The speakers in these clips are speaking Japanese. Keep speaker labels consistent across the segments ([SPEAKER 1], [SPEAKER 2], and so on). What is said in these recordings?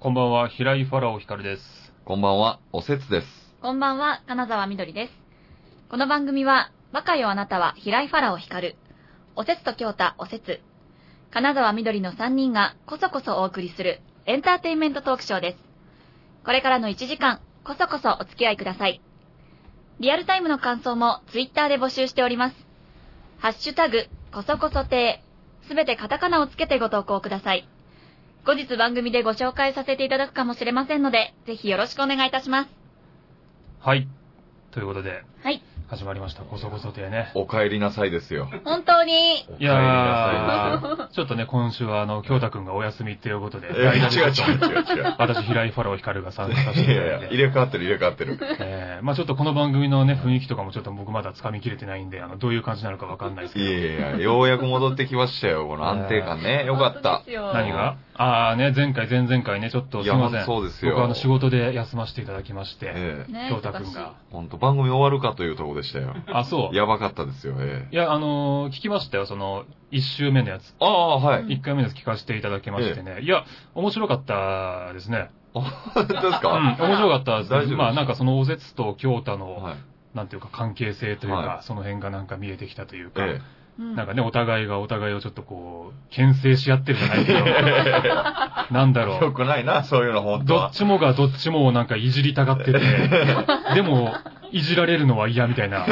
[SPEAKER 1] こんばんは、平井ファラオ光です。
[SPEAKER 2] こんばんは、おせつです。
[SPEAKER 3] こんばんは、金沢みどりです。この番組は、バカよあなたは平井ファラオ光る、おせつと京太おせつ、金沢みどりの3人がこそこそお送りするエンターテインメントトークショーです。これからの1時間、こそこそお付き合いください。リアルタイムの感想もツイッターで募集しております。ハッシュタグ、こそこそ亭、すべてカタカナをつけてご投稿ください。後日番組でご紹介させていただくかもしれませんので、ぜひよろしくお願いいたします。
[SPEAKER 1] はい。ということで、
[SPEAKER 3] はい。
[SPEAKER 1] 始まりました、こそこそ亭ね。
[SPEAKER 2] お帰りなさいですよ。
[SPEAKER 3] 本当に、
[SPEAKER 2] お帰
[SPEAKER 1] い
[SPEAKER 2] りな
[SPEAKER 1] やー、ちょっとね、今週は、あの、京太くんがお休みということで、
[SPEAKER 2] さいです。え
[SPEAKER 1] 代打でちょっと
[SPEAKER 2] 違う違う違う違う。
[SPEAKER 1] 私、平井ファラオ光が参加させ
[SPEAKER 2] い
[SPEAKER 1] ていた
[SPEAKER 2] やいや
[SPEAKER 1] だ、い
[SPEAKER 2] 入
[SPEAKER 1] て、
[SPEAKER 2] れ替わってる入れ替わってる。
[SPEAKER 1] えー、まあちょっとこの番組のね、雰囲気とかもちょっと僕まだ掴みきれてないんで、あの、どういう感じなのかわかんないです
[SPEAKER 2] い
[SPEAKER 1] けど。
[SPEAKER 2] やいや、ようやく戻ってきましたよ、この安定感ね。よかった。
[SPEAKER 1] 何
[SPEAKER 3] 何
[SPEAKER 1] があーね、前回、前々回ね、ちょっと
[SPEAKER 2] い
[SPEAKER 1] すい
[SPEAKER 2] や、
[SPEAKER 1] ま
[SPEAKER 2] ほ
[SPEAKER 1] せん。
[SPEAKER 2] んとそうですよ。
[SPEAKER 1] 僕はあの、仕事で休ませていただきまして、
[SPEAKER 2] ええ。
[SPEAKER 3] ね
[SPEAKER 1] 京太くんが。
[SPEAKER 2] ほんと、番組終わるかというとこでしたよ。
[SPEAKER 1] あ、そう。
[SPEAKER 2] やばかったですよ、え
[SPEAKER 1] い
[SPEAKER 2] え。
[SPEAKER 1] や、あのー聞きましたよ、その、1週目のやつ。
[SPEAKER 2] ああ、はい。
[SPEAKER 1] 一回目です聞かせていただきましてね。いや、面白かったですね。
[SPEAKER 2] 本当です
[SPEAKER 1] う
[SPEAKER 2] か
[SPEAKER 1] ん、面白かったです
[SPEAKER 2] 大丈夫です
[SPEAKER 1] まあなんかその、おせつと京太の、
[SPEAKER 2] はい。
[SPEAKER 1] なんていうか関係性というか、
[SPEAKER 2] はい
[SPEAKER 1] その辺がなんか見えてきたというか、
[SPEAKER 2] え
[SPEAKER 1] なんかね、お互いがお互いをちょっとこう、牽制し合ってるじゃないけ ど、なんだ
[SPEAKER 2] え。よ
[SPEAKER 1] ろ
[SPEAKER 2] くないな、そういうの、ほ
[SPEAKER 1] う。
[SPEAKER 2] んと
[SPEAKER 1] ど
[SPEAKER 2] は
[SPEAKER 1] っ。ちもがどっちもをなんかいじりたが ってて、でも、いじられるのは嫌みたいな。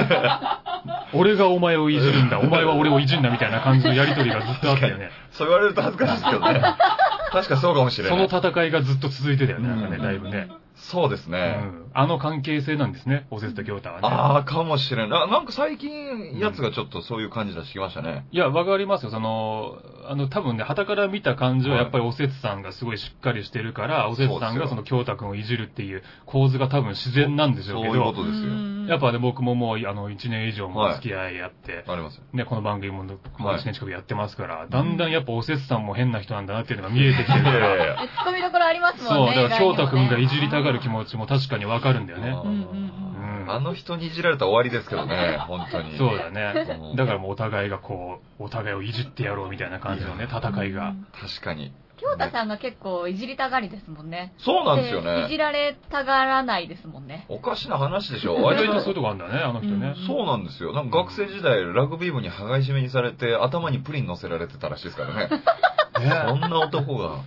[SPEAKER 1] 俺がお前をいじるんだ、お前は俺をいじんだみたいな感じのやりとりがずっとあったよね。
[SPEAKER 2] そう言われると恥ずかしいですけどね。確かそうかもしれ
[SPEAKER 1] そ
[SPEAKER 2] な
[SPEAKER 1] の
[SPEAKER 2] い。
[SPEAKER 1] 戦いがずっと続いてたよね、なんかね、
[SPEAKER 2] うん
[SPEAKER 1] だいぶね。
[SPEAKER 2] そうです
[SPEAKER 1] う
[SPEAKER 2] ね。
[SPEAKER 1] ん。あの関係性なんですね、おせつと京太はね。
[SPEAKER 2] ああ、かもしれんない。なんか最近、やつがちょっとそういう感じ出してきましたね。
[SPEAKER 1] いや、わかりますよ。その、あの、多分ね、旗から見た感じは、
[SPEAKER 2] は
[SPEAKER 1] や
[SPEAKER 2] い
[SPEAKER 1] っぱりおせつさんがすごいしっかりしてるから、おせつさん
[SPEAKER 2] そうです
[SPEAKER 1] が
[SPEAKER 2] よ
[SPEAKER 1] その京太くんをいじるっていう構図が多分自然なんでしょ
[SPEAKER 2] そうう
[SPEAKER 1] け
[SPEAKER 2] いうこ
[SPEAKER 1] ど、
[SPEAKER 2] とですよ。
[SPEAKER 1] やっぱね、僕ももう、あの、1年以上も付き合いあって、
[SPEAKER 2] ありますよ。
[SPEAKER 1] ね、この番組ももう
[SPEAKER 2] はい
[SPEAKER 1] 1年近くやってますから、だんだんやっぱおせつさんも変な人なんだなっていうのが見えてきてるから、
[SPEAKER 2] や。
[SPEAKER 3] ツッコミどころあります
[SPEAKER 1] そう、
[SPEAKER 3] もんね。
[SPEAKER 1] だから京太くんがいじりたがる気
[SPEAKER 3] ち。
[SPEAKER 1] 持ちも確かにわかるんだよね。
[SPEAKER 2] あー
[SPEAKER 3] うんうん
[SPEAKER 1] うん
[SPEAKER 2] あの人にいじられたら終わりですけどね、 本当に。
[SPEAKER 1] そうだね。
[SPEAKER 2] うん
[SPEAKER 1] だからもうお互いがこう、お互いをいじってやろうみたいな感じのね、
[SPEAKER 2] いや
[SPEAKER 1] 戦い
[SPEAKER 3] うんう
[SPEAKER 1] が
[SPEAKER 3] ん。
[SPEAKER 2] 確かに。
[SPEAKER 3] 京太さんが結構いじりたがりですもんね。
[SPEAKER 2] そうなんですよ
[SPEAKER 3] いじ
[SPEAKER 2] ね。
[SPEAKER 3] られたがらないですもんね。
[SPEAKER 2] おかしな 話でしょ。
[SPEAKER 1] 意
[SPEAKER 2] 割
[SPEAKER 1] 外と
[SPEAKER 2] と
[SPEAKER 1] そういうとこあるんだね、あの人ね。
[SPEAKER 3] うん
[SPEAKER 2] そうなんですよ。なんか学生時代、ラグビー部に羽交い締めにされて、頭にプリン乗せられてたらしいですからね。そん
[SPEAKER 1] ね
[SPEAKER 2] な男が。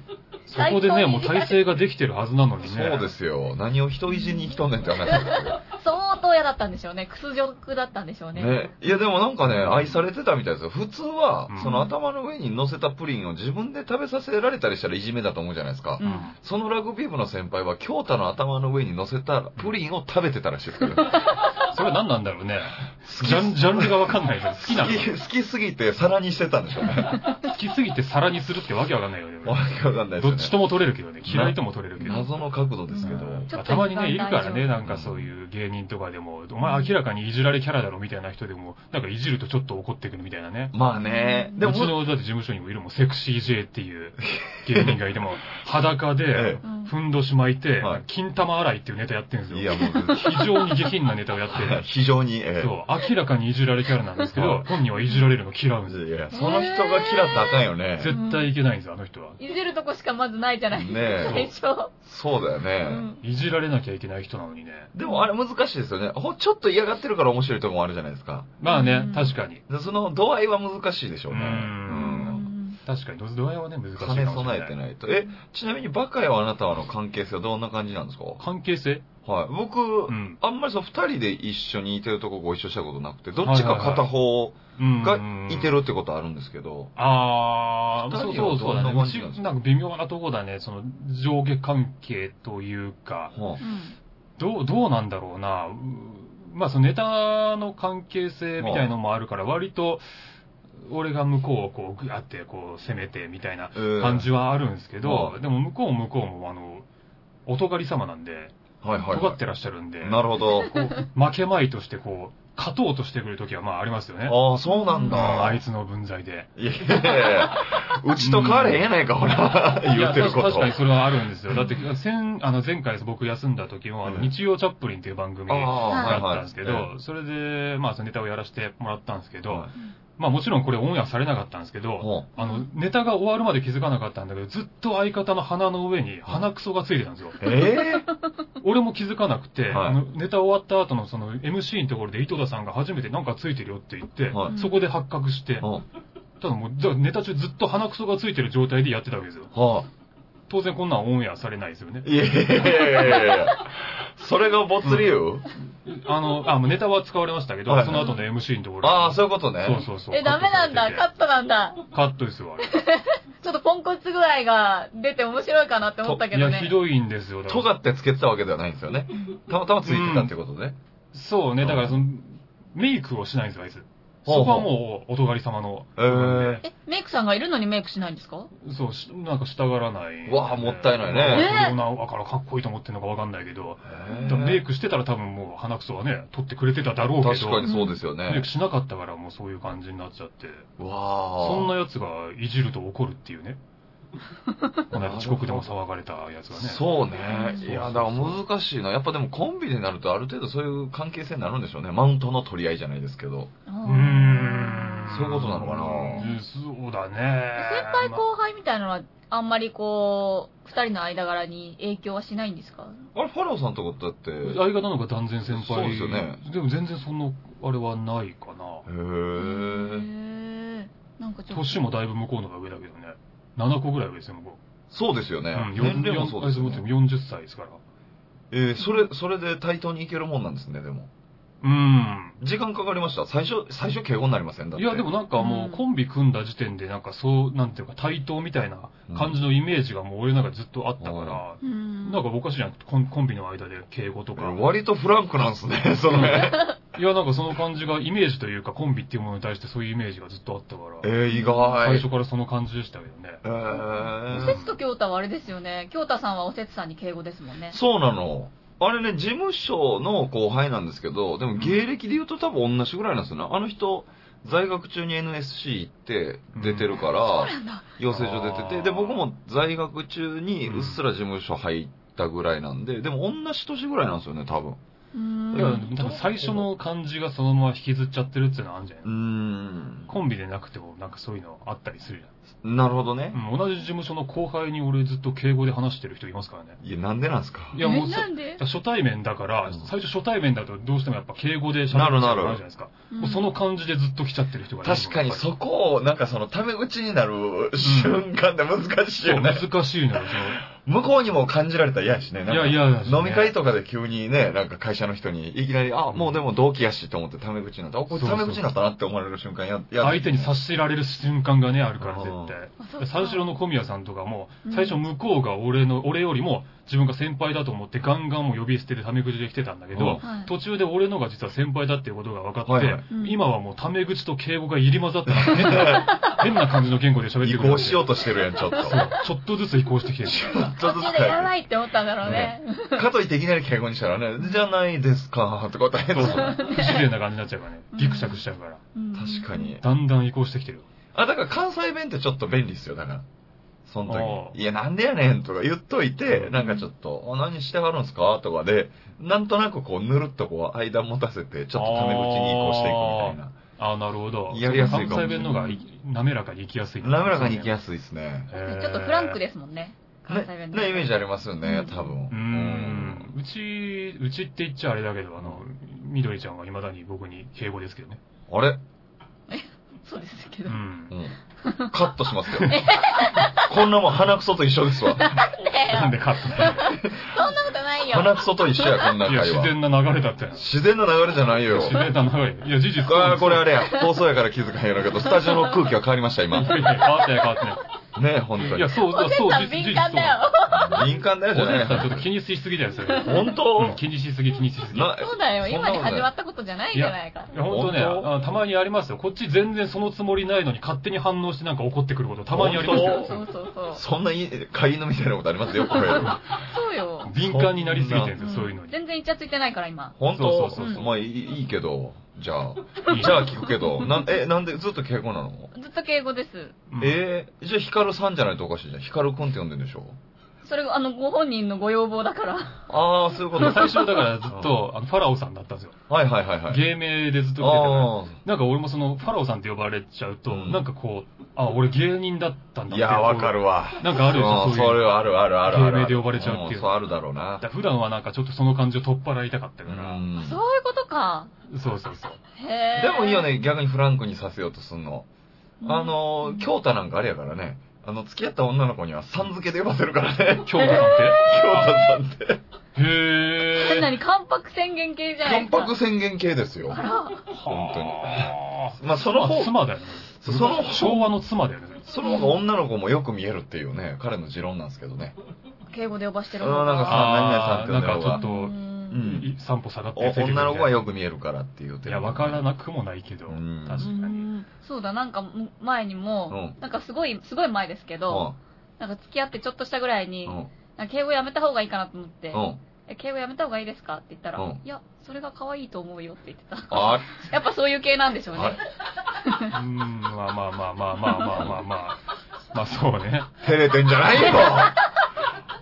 [SPEAKER 1] そこでね、もう体制ができてるはずなのにね。。
[SPEAKER 2] そうですすよ。何を人いじりに来とんねんって話なんですけど。
[SPEAKER 3] 相当嫌だったんでしょうね。屈辱だったんでしょうね。
[SPEAKER 2] ね、いやでもなんかね、愛されてたみたいですよ。普通は
[SPEAKER 1] うん、
[SPEAKER 2] その頭の上に乗せたプリンを自分で食べさせられたりしたらいじめだと思うじゃないですか。
[SPEAKER 3] うん
[SPEAKER 2] そのラグビー部の先輩は、京太の頭の上に乗せたプリンを食べてたらしいですけど、好
[SPEAKER 1] それは何なんだろうね。
[SPEAKER 2] き
[SPEAKER 1] ジャン、ジャンルがわかんないけど、好きなの
[SPEAKER 2] 好き好きすぎて皿にしてたんでしょ うね。
[SPEAKER 1] 好きすぎて皿にするってわけわかんないよね。
[SPEAKER 2] わけわかんないです
[SPEAKER 1] ど
[SPEAKER 2] よね。
[SPEAKER 1] っちとも取れるけどね、嫌いとも取れるけど。
[SPEAKER 2] 謎の角度ですけど。
[SPEAKER 1] うん
[SPEAKER 3] ちょっと
[SPEAKER 1] たまにね、いるから
[SPEAKER 3] 一
[SPEAKER 1] ね、
[SPEAKER 3] 般
[SPEAKER 1] なんかそういう芸人とかでも、お前明らかにいじられキャラだろみたいな人でも、なんかいじるとちょっと怒ってくるみたいなね。
[SPEAKER 2] まあね、で
[SPEAKER 1] でも
[SPEAKER 2] も
[SPEAKER 1] うち、のだって事務所にもいるもん、セクシー J っていう芸人がいても、裸で
[SPEAKER 2] え、
[SPEAKER 3] うん
[SPEAKER 1] ふんどし巻いて
[SPEAKER 2] はい、
[SPEAKER 1] 金玉洗いっていうネタやってるんですよ。
[SPEAKER 2] いやもう、。
[SPEAKER 1] 非常に下品なネタをやってる
[SPEAKER 2] 非常に、ええ
[SPEAKER 1] そう、明らかにいじられキャラなんですけ
[SPEAKER 2] は
[SPEAKER 1] ど
[SPEAKER 2] い、
[SPEAKER 1] 本人はいじられるの嫌うんですよ。
[SPEAKER 2] いや、その人が嫌ったらあかんよね。
[SPEAKER 1] 絶対いけないんですよ、あの人は。
[SPEAKER 3] いじるとこしかまずないじゃないですか、
[SPEAKER 2] ね
[SPEAKER 3] 最初。
[SPEAKER 2] そうだよ
[SPEAKER 3] う
[SPEAKER 2] ね。
[SPEAKER 3] ん
[SPEAKER 1] いじられなきゃいけない人なのにね。
[SPEAKER 2] でもあれ難しいですよね。ほちょっと嫌がってるから面白いとこもあるじゃないですか。
[SPEAKER 1] まあ
[SPEAKER 3] う
[SPEAKER 1] ね
[SPEAKER 3] ん、
[SPEAKER 1] 確かに。
[SPEAKER 2] でその度合いは難しいでしょうね。
[SPEAKER 1] う
[SPEAKER 2] うんん。
[SPEAKER 1] 確かに、ど度合いはね、難しいかもし
[SPEAKER 2] 兼
[SPEAKER 1] れ
[SPEAKER 2] ね
[SPEAKER 1] な
[SPEAKER 2] 備えて
[SPEAKER 1] い。
[SPEAKER 2] ないと。え、ちなみにバカやあなたはの関係性はどんな感じなんですか
[SPEAKER 1] 関係性
[SPEAKER 2] はい。僕、
[SPEAKER 1] うん。
[SPEAKER 2] あんまりその二人で一緒にいてるとこご一緒したことなくて、どっちか
[SPEAKER 1] はいはいはい
[SPEAKER 2] 片方
[SPEAKER 1] うん
[SPEAKER 2] がいてるってことあるんですけど、
[SPEAKER 1] ああ、そう
[SPEAKER 2] 二
[SPEAKER 1] そう
[SPEAKER 2] 人
[SPEAKER 1] そう
[SPEAKER 2] は
[SPEAKER 1] だ
[SPEAKER 2] ど
[SPEAKER 1] ね。
[SPEAKER 2] んな
[SPEAKER 1] うち
[SPEAKER 2] 感じなんですか
[SPEAKER 1] なんか微妙なとこだね、その上下関係というか、
[SPEAKER 2] は
[SPEAKER 3] う
[SPEAKER 2] あ
[SPEAKER 3] ん
[SPEAKER 1] どう、どうなんだろうな。うーまあそのネタの関係性みたいのもあるから、割と、俺が向こうをこう、ぐあって、こう、攻めてみたいな
[SPEAKER 2] えー
[SPEAKER 1] 感じはあるんですけど
[SPEAKER 2] う、ん
[SPEAKER 1] でも向こうも向こうも、あの、おとがり様なんで、
[SPEAKER 2] はいはい、
[SPEAKER 1] 尖
[SPEAKER 2] は
[SPEAKER 1] ってらっしゃるんで、
[SPEAKER 2] い。なるほど。
[SPEAKER 1] こう負けまいとしてこう、勝とうとしてくる時はまあありますよね。
[SPEAKER 2] ああ、そうなん
[SPEAKER 1] う
[SPEAKER 2] だ。
[SPEAKER 1] んあいつの分際で。
[SPEAKER 2] いやいやいやうちと変われへんやないか、ほら。
[SPEAKER 1] い
[SPEAKER 2] 言
[SPEAKER 1] や
[SPEAKER 2] ってる
[SPEAKER 1] 確
[SPEAKER 2] こと。
[SPEAKER 1] 確かにそれはあるんですよ。だって、先あの前回僕休んだ時も、あの
[SPEAKER 2] うん
[SPEAKER 1] 日曜チャップリンっていう番組
[SPEAKER 2] あ
[SPEAKER 1] が
[SPEAKER 2] あ、
[SPEAKER 1] あ
[SPEAKER 2] はい
[SPEAKER 1] っ
[SPEAKER 2] はい。
[SPEAKER 1] たんですけど、それで、まあ、そのネタをやらせてもらったんですけ
[SPEAKER 2] ええ
[SPEAKER 1] ど、まあ、もちろんこれオンエアされなかったんですけど、
[SPEAKER 2] ほ
[SPEAKER 1] あの、ネタが終わるまで気づかなかったんだけど、ずっと相方の鼻の上に鼻くそがついてたんですよ。
[SPEAKER 2] うえ
[SPEAKER 1] 俺も気づかなくて、
[SPEAKER 2] はい
[SPEAKER 1] あのネタ終わった後のその MC のところで井戸田さんが初めてなんかついてるよって言って、
[SPEAKER 2] えはい。
[SPEAKER 1] そこで発覚して、
[SPEAKER 2] ほ
[SPEAKER 1] ただもう、だからネタ中ずっと鼻くそがついてる状態でやってたわけですよ。
[SPEAKER 2] うは
[SPEAKER 1] 当然こんなんオンエアされないですよね
[SPEAKER 2] あ。。いやいやいやいやそれが没理由
[SPEAKER 1] あの、あ、もうネタは使われましたけど、
[SPEAKER 2] はい
[SPEAKER 1] その後の MC のところで。
[SPEAKER 2] ああ、そういうことね。
[SPEAKER 1] そうそうそう。
[SPEAKER 4] え、ダメなんだ。カ
[SPEAKER 1] カッ
[SPEAKER 4] ットなんだ。
[SPEAKER 1] トカットですよ、あれ。
[SPEAKER 4] ちょっとポンコツ具合が出て面白いかなって思ったけ
[SPEAKER 1] い
[SPEAKER 4] ど
[SPEAKER 1] や、
[SPEAKER 4] ね
[SPEAKER 1] ひ。どいんですよ。だから
[SPEAKER 2] 尖ってつけてたわけではないんですよね。たまたまついてたってことね。
[SPEAKER 1] そうね、だからその、メイクをしないんですよ、あいつ。そこはもう、おがり様の。
[SPEAKER 2] へえ
[SPEAKER 4] え、メイクさんがいるのにメイクしないんですか
[SPEAKER 1] そう、しなんか従らない。
[SPEAKER 2] うわあもったいないね
[SPEAKER 1] まあそれをな、だからかっこいいと思ってるのかわかんないけど、
[SPEAKER 2] へえ
[SPEAKER 1] だからメイクしてたら多分もう鼻くそはね、取ってくれてただろうけど、
[SPEAKER 2] 確かにそうですよ
[SPEAKER 1] メイ
[SPEAKER 2] ね
[SPEAKER 1] ク。しなかったからもうそういう感じになっちゃって、
[SPEAKER 2] わあ。
[SPEAKER 1] そんな奴がいじると怒るっていう ね。この間遅刻でも騒がれたやつがね。
[SPEAKER 2] そう
[SPEAKER 4] うん
[SPEAKER 2] ね。いや、
[SPEAKER 1] そうそ
[SPEAKER 2] だか
[SPEAKER 1] う
[SPEAKER 2] ら難しいな。やっぱでもコンビになるとある程度そういう関係性になるんでしょうね。マウントの取り合いじゃないですけど。
[SPEAKER 4] う
[SPEAKER 1] うーん。
[SPEAKER 2] そういうことなのかな
[SPEAKER 1] うんそうだね。
[SPEAKER 4] 先輩後輩みたいなのは、あんまりこう、二人の間柄に影響はしないんですか
[SPEAKER 2] あれ、ファラオさんとこだって。へ
[SPEAKER 1] 相方の方が断然先輩。
[SPEAKER 2] そうですよね
[SPEAKER 1] でも全然そんな、あれはないかな。
[SPEAKER 2] え。
[SPEAKER 4] へーなんかちょっと。
[SPEAKER 1] 年もだいぶ向こうの方が上だけどね。7個ぐらい上ですよ、向こ
[SPEAKER 2] そうですよ
[SPEAKER 1] う。
[SPEAKER 2] ね
[SPEAKER 1] うん。よん
[SPEAKER 2] 年齢もそうですよ
[SPEAKER 1] あいつ
[SPEAKER 2] ね。
[SPEAKER 1] も40歳ですから。
[SPEAKER 2] えー、それ、それで対等にいけるもんなんですね、でも。
[SPEAKER 1] うん。
[SPEAKER 2] 時間かかりました。最初、最初敬語になりませんだっ
[SPEAKER 1] い
[SPEAKER 2] て。
[SPEAKER 1] や、でもなんかもう、
[SPEAKER 4] うん
[SPEAKER 1] コンビ組んだ時点で、なんかそう、なんていうか、対等みたいな感じのイメージがもう俺なんかずっとあったから、
[SPEAKER 4] うん。
[SPEAKER 1] なんかおかしいじゃん、コンコンビの間で敬語と
[SPEAKER 2] え
[SPEAKER 1] か
[SPEAKER 2] ー。割とフランクなんですね、 そのね。
[SPEAKER 1] いや、なんかその感じが、イメージというか、コンビっていうものに対してそういうイメージがずっとあったから、
[SPEAKER 2] えー、意外。
[SPEAKER 1] 最初からその感じでしたけどね。
[SPEAKER 2] えー
[SPEAKER 4] おせつと京太はあれですよね。京太さんはおせつさんに敬語ですもんね。
[SPEAKER 2] そうなの。あれね、事務所の後輩なんですけど、でも芸歴で言うと多分同じぐらいなんですよね。あの人、在学中に NSC 行って出てるか
[SPEAKER 4] そう
[SPEAKER 2] ら、
[SPEAKER 4] なんだ。
[SPEAKER 2] 養成所出て
[SPEAKER 1] あ
[SPEAKER 2] て、
[SPEAKER 1] ー
[SPEAKER 2] で、僕も在学中にうっすら事務所入ったぐらいなんで、でも同じ年ぐらいなんですよね、多分。
[SPEAKER 4] う
[SPEAKER 1] だ
[SPEAKER 4] ん
[SPEAKER 1] から、多分最初の感じがそのまま引きずっちゃってるっていうのはあるんじゃないう
[SPEAKER 2] ーん。
[SPEAKER 1] コンビでなくても、なんかそういうのあったりするじ
[SPEAKER 2] なるほど
[SPEAKER 1] ゃ
[SPEAKER 2] ね。
[SPEAKER 1] ん。うん、同じ事務所の後輩に俺ずっと敬語で話してる人いますからね。
[SPEAKER 2] いや、なんでなんですか
[SPEAKER 1] いや、もう
[SPEAKER 4] え
[SPEAKER 1] そ、
[SPEAKER 4] なんで
[SPEAKER 1] 初対面だから、
[SPEAKER 2] うん
[SPEAKER 1] 最初初対面だとどうしてもやっぱ敬語で喋るって
[SPEAKER 2] なるな
[SPEAKER 1] な
[SPEAKER 2] る
[SPEAKER 1] るじゃないですか。もうその感じでずっと来ちゃってる人がいるの
[SPEAKER 2] 確かに
[SPEAKER 1] やっぱり
[SPEAKER 2] そこを、なんかその、タメ口になる瞬間って難しいよね。
[SPEAKER 1] そう、難しいのよ、
[SPEAKER 2] 向こうにも感じられたら嫌やしね。
[SPEAKER 1] そ
[SPEAKER 2] なん
[SPEAKER 1] う
[SPEAKER 2] か
[SPEAKER 1] いやいや、
[SPEAKER 2] 飲み会とかで急にね、なんか会社の人に、いきなり、あ、もうでも同期やしと思ってタメ口になった。あ、これタメ口になったなって思われる瞬間や、や
[SPEAKER 1] 相手に察
[SPEAKER 2] し
[SPEAKER 1] せられる瞬間がね、あるから、絶対。
[SPEAKER 4] あそっか
[SPEAKER 1] 三四郎の小宮さんとかも
[SPEAKER 4] うん、
[SPEAKER 1] 最初向こうが俺の、俺よりも自分が先輩だと思ってガンガンもう呼び捨てでタメ口で来てたんだけ
[SPEAKER 2] うん
[SPEAKER 1] ど、
[SPEAKER 4] はい
[SPEAKER 1] 途中で俺のが実は先輩だっていうことが分かって、
[SPEAKER 2] はいはい
[SPEAKER 4] うん
[SPEAKER 1] 今はもうタメ口と敬語が入り混ざってなんか変 な、変な感じの言語で喋って
[SPEAKER 2] 移
[SPEAKER 1] くる。
[SPEAKER 2] 行しようとしてるやん、ちょっと。
[SPEAKER 1] そうちょっとずつ移行してきてる。
[SPEAKER 4] 途中でやばいって思ったんだろうね。
[SPEAKER 2] かといっていきなり敬語にしたらね、じゃないですか、とか大変
[SPEAKER 1] そう
[SPEAKER 2] だ
[SPEAKER 1] そう。不自然な感じになっちゃうからね。ギクシャクしちゃうから。
[SPEAKER 2] 確か。に。
[SPEAKER 1] だんだん移行してきてる。
[SPEAKER 2] あ、だから関西弁ってちょっと便利っすよ、だから。その
[SPEAKER 1] あ
[SPEAKER 2] 時に。いや、なんでやねんとか言っといて
[SPEAKER 1] う、ん
[SPEAKER 2] なんかちょっと、あ、何してはるんすかとかで、なんとなくこう、ぬるっとこう、間持たせて、ちょっとタメ口に移行していくみたいな。
[SPEAKER 1] ああ、なるほど。
[SPEAKER 2] やりやすいかもしれな
[SPEAKER 1] 関西
[SPEAKER 2] い
[SPEAKER 1] 弁の方がい滑らかに行きやすい。
[SPEAKER 2] 滑らかに行きやすいですね。
[SPEAKER 1] すい
[SPEAKER 4] ちょっとフランク
[SPEAKER 1] で。
[SPEAKER 4] ですもんね。関西
[SPEAKER 2] ね
[SPEAKER 4] 弁、
[SPEAKER 2] ねイメージありますよね、
[SPEAKER 4] うん
[SPEAKER 2] 多分。
[SPEAKER 1] うーん。うち、うちって言っちゃあれだけど、あの、みどりちゃんは未だに僕に敬語ですけどね。
[SPEAKER 2] うん。あれ
[SPEAKER 4] そうですけ
[SPEAKER 1] う
[SPEAKER 4] ど。
[SPEAKER 1] ん
[SPEAKER 2] う。ん。カットします よ。こんなもん鼻くそと一緒です わ。
[SPEAKER 1] なんでかって。
[SPEAKER 4] そんなことないよ。
[SPEAKER 2] 鼻くそと一緒や、こんない
[SPEAKER 1] や、
[SPEAKER 2] 会
[SPEAKER 1] 自
[SPEAKER 2] 話。
[SPEAKER 1] 然な流れだったよ。
[SPEAKER 2] 自然な流れじゃないよ。
[SPEAKER 1] 自然な流れ。いや、事実。
[SPEAKER 2] ああ、これあ
[SPEAKER 1] れ。
[SPEAKER 2] れや。放送やから気づかへんやろうけど、スタジオの空気は変わりました、
[SPEAKER 1] いや
[SPEAKER 2] 今。
[SPEAKER 1] い
[SPEAKER 2] ね
[SPEAKER 1] や 変わってない変わってない。
[SPEAKER 2] え、本当
[SPEAKER 1] い
[SPEAKER 2] に
[SPEAKER 1] や、。そう、そう、
[SPEAKER 4] おせ
[SPEAKER 1] そう
[SPEAKER 4] さん敏感だよ。
[SPEAKER 2] 敏感だよ、
[SPEAKER 1] お
[SPEAKER 2] じゃ
[SPEAKER 1] じさん
[SPEAKER 2] な
[SPEAKER 1] ちょ
[SPEAKER 2] い。
[SPEAKER 1] っと気にしすぎだよ、それ。
[SPEAKER 2] 本
[SPEAKER 1] うん
[SPEAKER 2] 当
[SPEAKER 1] 気にしすぎ、気にしすぎ。
[SPEAKER 2] な、
[SPEAKER 4] そうだよ。
[SPEAKER 2] そん
[SPEAKER 4] 今
[SPEAKER 2] な
[SPEAKER 4] に
[SPEAKER 2] ことない
[SPEAKER 4] 始まったことじゃないじゃないか。
[SPEAKER 1] いや、本当ね、
[SPEAKER 2] 本当
[SPEAKER 1] あたまにありますよ。こっち全然そのつもりないのに勝手に反応してなんか怒ってくることたまにあります
[SPEAKER 2] 本
[SPEAKER 1] よ。
[SPEAKER 4] そうそうそう。
[SPEAKER 2] そんないい、飼い犬みたいなことありますよ、これ。
[SPEAKER 4] そうよ。
[SPEAKER 1] 敏感になりすぎてるんですよ、そういうのに。
[SPEAKER 4] 全然イチャついてないから今。
[SPEAKER 2] 本当
[SPEAKER 1] そうそう
[SPEAKER 4] そうそう
[SPEAKER 2] まあ、いいいいけど。じゃあ。じゃあ聞くけど。なんえ、なんでずっと敬語なの
[SPEAKER 4] ずっと敬語です。
[SPEAKER 1] うん
[SPEAKER 2] えー、じゃあヒカルさんじゃないとおかしいじゃん。ヒカルくんって呼んでんでしょ
[SPEAKER 4] それ、あの、ご本人のご要望だから。
[SPEAKER 2] ああ、そういうこと。
[SPEAKER 1] 最初だからずっ と、あのファラオさんだったんですよ。
[SPEAKER 2] はいはいはいはい。
[SPEAKER 1] 芸名でずっと来てたから。
[SPEAKER 2] あ
[SPEAKER 1] なんか俺もその、ファラオさんって呼ばれちゃうと、
[SPEAKER 2] うん
[SPEAKER 1] なんかこう、あ、俺芸人だったんだっ
[SPEAKER 2] あ。
[SPEAKER 1] て。
[SPEAKER 2] いや、わかるわ。
[SPEAKER 1] なんかあるでしょ
[SPEAKER 2] うん
[SPEAKER 1] そういう
[SPEAKER 2] それはあるあるあるあ
[SPEAKER 1] 芸
[SPEAKER 2] る。
[SPEAKER 1] 名で呼ばれちゃうっていうん
[SPEAKER 2] そうあるだろうな
[SPEAKER 1] だか。ら普段はなんかちょっとその感じを取っ払いたかったから。
[SPEAKER 2] うん
[SPEAKER 4] そういうことか。
[SPEAKER 1] そうそうそう。
[SPEAKER 4] へえ。
[SPEAKER 2] でもいいよ。ね、逆にフランクにさせようとすんの。あの、京太なんかあれやからね。あの、付き合った女の子にはさん付けで呼ばせるからね。
[SPEAKER 1] 京都さん
[SPEAKER 2] 京太さんって。
[SPEAKER 1] って
[SPEAKER 4] え、
[SPEAKER 1] へぇー。
[SPEAKER 4] 何関白宣言系じゃない
[SPEAKER 2] 関
[SPEAKER 4] です
[SPEAKER 2] 白
[SPEAKER 4] か。
[SPEAKER 2] 宣言系ですよ。本
[SPEAKER 1] 当
[SPEAKER 2] にまあその方
[SPEAKER 1] 妻だよね。
[SPEAKER 2] その方
[SPEAKER 1] 昭和の妻だよね。
[SPEAKER 2] その方が女の子もよく見えるっていうね、彼の持論なんですけどね。
[SPEAKER 4] 敬語で呼ばしてる
[SPEAKER 2] うんなんかさ
[SPEAKER 1] あーな
[SPEAKER 2] 何々さんって呼
[SPEAKER 1] んん
[SPEAKER 2] だ方
[SPEAKER 1] かちょ
[SPEAKER 2] が
[SPEAKER 1] っと、
[SPEAKER 4] う。
[SPEAKER 2] うんん。
[SPEAKER 1] い三歩下がって
[SPEAKER 2] お女の子は
[SPEAKER 1] よ
[SPEAKER 2] よく見えるからっていう
[SPEAKER 1] い
[SPEAKER 2] て
[SPEAKER 1] や、わからなくもないけど、
[SPEAKER 2] うん
[SPEAKER 1] 確か
[SPEAKER 4] う
[SPEAKER 1] に。
[SPEAKER 4] んそうだ、なんか前にも、
[SPEAKER 2] う
[SPEAKER 4] なんかすごい、すごい前ですけ
[SPEAKER 2] う
[SPEAKER 4] ど、なんか付き合ってちょっとしたぐらいに、
[SPEAKER 2] ん。
[SPEAKER 4] なんか敬語やめた方がいいかなと思って
[SPEAKER 2] う、ん。
[SPEAKER 4] え敬語やめた方がいいですかって言ったら、
[SPEAKER 2] うん
[SPEAKER 4] いや、それが可愛いと思うよって言ってた。
[SPEAKER 2] あ
[SPEAKER 4] やっぱそういう系なんでしょうね。
[SPEAKER 2] あれ
[SPEAKER 1] うーん、まあまあまあまあまあまあまあまあ。まあそう ね。
[SPEAKER 2] 照れてんじゃない よ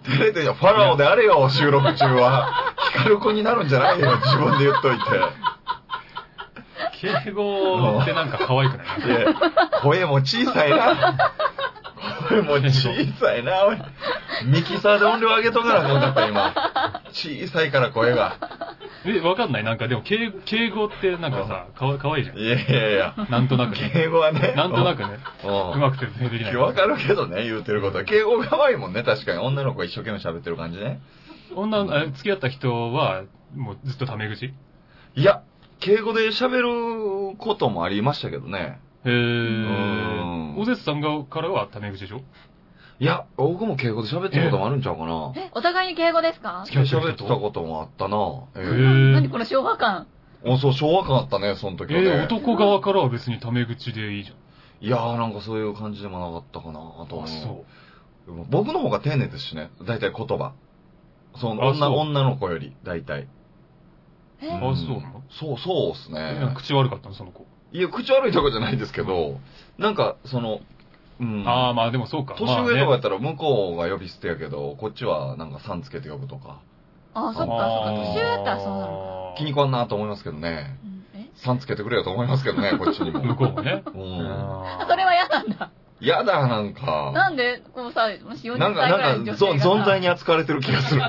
[SPEAKER 2] 照れてんじゃん。ファラオであれよ、収録中は。ヒカル君になるんじゃないよ、自分で言っといて。
[SPEAKER 1] 敬語ってなんか可愛くない
[SPEAKER 2] で声も小さいな。声も小さいな。おいミキサーで音量上げとかなこんなった今。小さいから声が。
[SPEAKER 1] え、わかんないなんかでも敬、敬語ってなんかさ、かわかわいいじゃ
[SPEAKER 2] いやいやいや。
[SPEAKER 1] ん。なんとなくね。
[SPEAKER 2] 敬語はね。
[SPEAKER 1] なんとなくね。
[SPEAKER 2] うん。
[SPEAKER 1] うまく説明できない。
[SPEAKER 2] わかるけどね、言うてることは。敬語可愛いもんね、確かに。女の子が一生懸命喋ってる感じね。
[SPEAKER 1] 女の、あ付き合った人は、もうずっとタメ口へ
[SPEAKER 2] いや、敬語で喋ることもありましたけどね。
[SPEAKER 1] ー
[SPEAKER 2] ん。
[SPEAKER 1] おせつさんがからはタメ口でしょ
[SPEAKER 2] いや、僕も敬語で喋ったこともあるんちゃうかな。
[SPEAKER 4] え、お互いに敬語ですか
[SPEAKER 1] え
[SPEAKER 2] 喋ったこともあったな。
[SPEAKER 1] へ
[SPEAKER 2] え
[SPEAKER 1] ー
[SPEAKER 4] 何この昭和感。
[SPEAKER 2] えそう、昭和感あったね、その時
[SPEAKER 1] え
[SPEAKER 2] はね。
[SPEAKER 1] ー、男側からは別にタメ口でいいじ
[SPEAKER 2] いやー、なんかそういう感じでもなかったかなと
[SPEAKER 1] ゃん。
[SPEAKER 2] 思
[SPEAKER 1] あ、そう。
[SPEAKER 2] う。僕の方が丁寧ですしね、大体言葉。その
[SPEAKER 1] あ
[SPEAKER 2] 女
[SPEAKER 1] そう
[SPEAKER 2] 女の子より、大体。ん
[SPEAKER 4] え
[SPEAKER 1] あそうなの
[SPEAKER 2] そう、そうっすね。
[SPEAKER 1] えなんか口悪かったの、その子。
[SPEAKER 2] いや、口悪いとかじゃないですけど、なんか、その、うん。
[SPEAKER 1] ああ、まあでもそうか。
[SPEAKER 2] 年
[SPEAKER 1] まあ
[SPEAKER 2] 上
[SPEAKER 1] ね
[SPEAKER 2] とかやったら向こうが呼び捨てやけど、こっちはなんかさんつけて呼ぶとか、
[SPEAKER 4] あ、そっか、そっか。
[SPEAKER 1] あー
[SPEAKER 4] 年上だったらそうなのか。
[SPEAKER 2] 気に食わんなと思いますけどね。
[SPEAKER 4] うんえ
[SPEAKER 2] さんつけてくれよと思いますけ どね、こっちにも。
[SPEAKER 1] 向こうもね。
[SPEAKER 2] うん。
[SPEAKER 1] あ
[SPEAKER 4] あそれは嫌なんだ。
[SPEAKER 2] やだ、なんか。
[SPEAKER 4] なんで、こうさ、もし40
[SPEAKER 2] な
[SPEAKER 4] 歳
[SPEAKER 2] ん
[SPEAKER 4] ぐら
[SPEAKER 2] か、
[SPEAKER 4] いの
[SPEAKER 2] なん
[SPEAKER 4] 女
[SPEAKER 2] か、
[SPEAKER 4] 性
[SPEAKER 2] ぞ
[SPEAKER 4] がさ。
[SPEAKER 2] 存在
[SPEAKER 4] に。
[SPEAKER 2] に扱われてる気がする。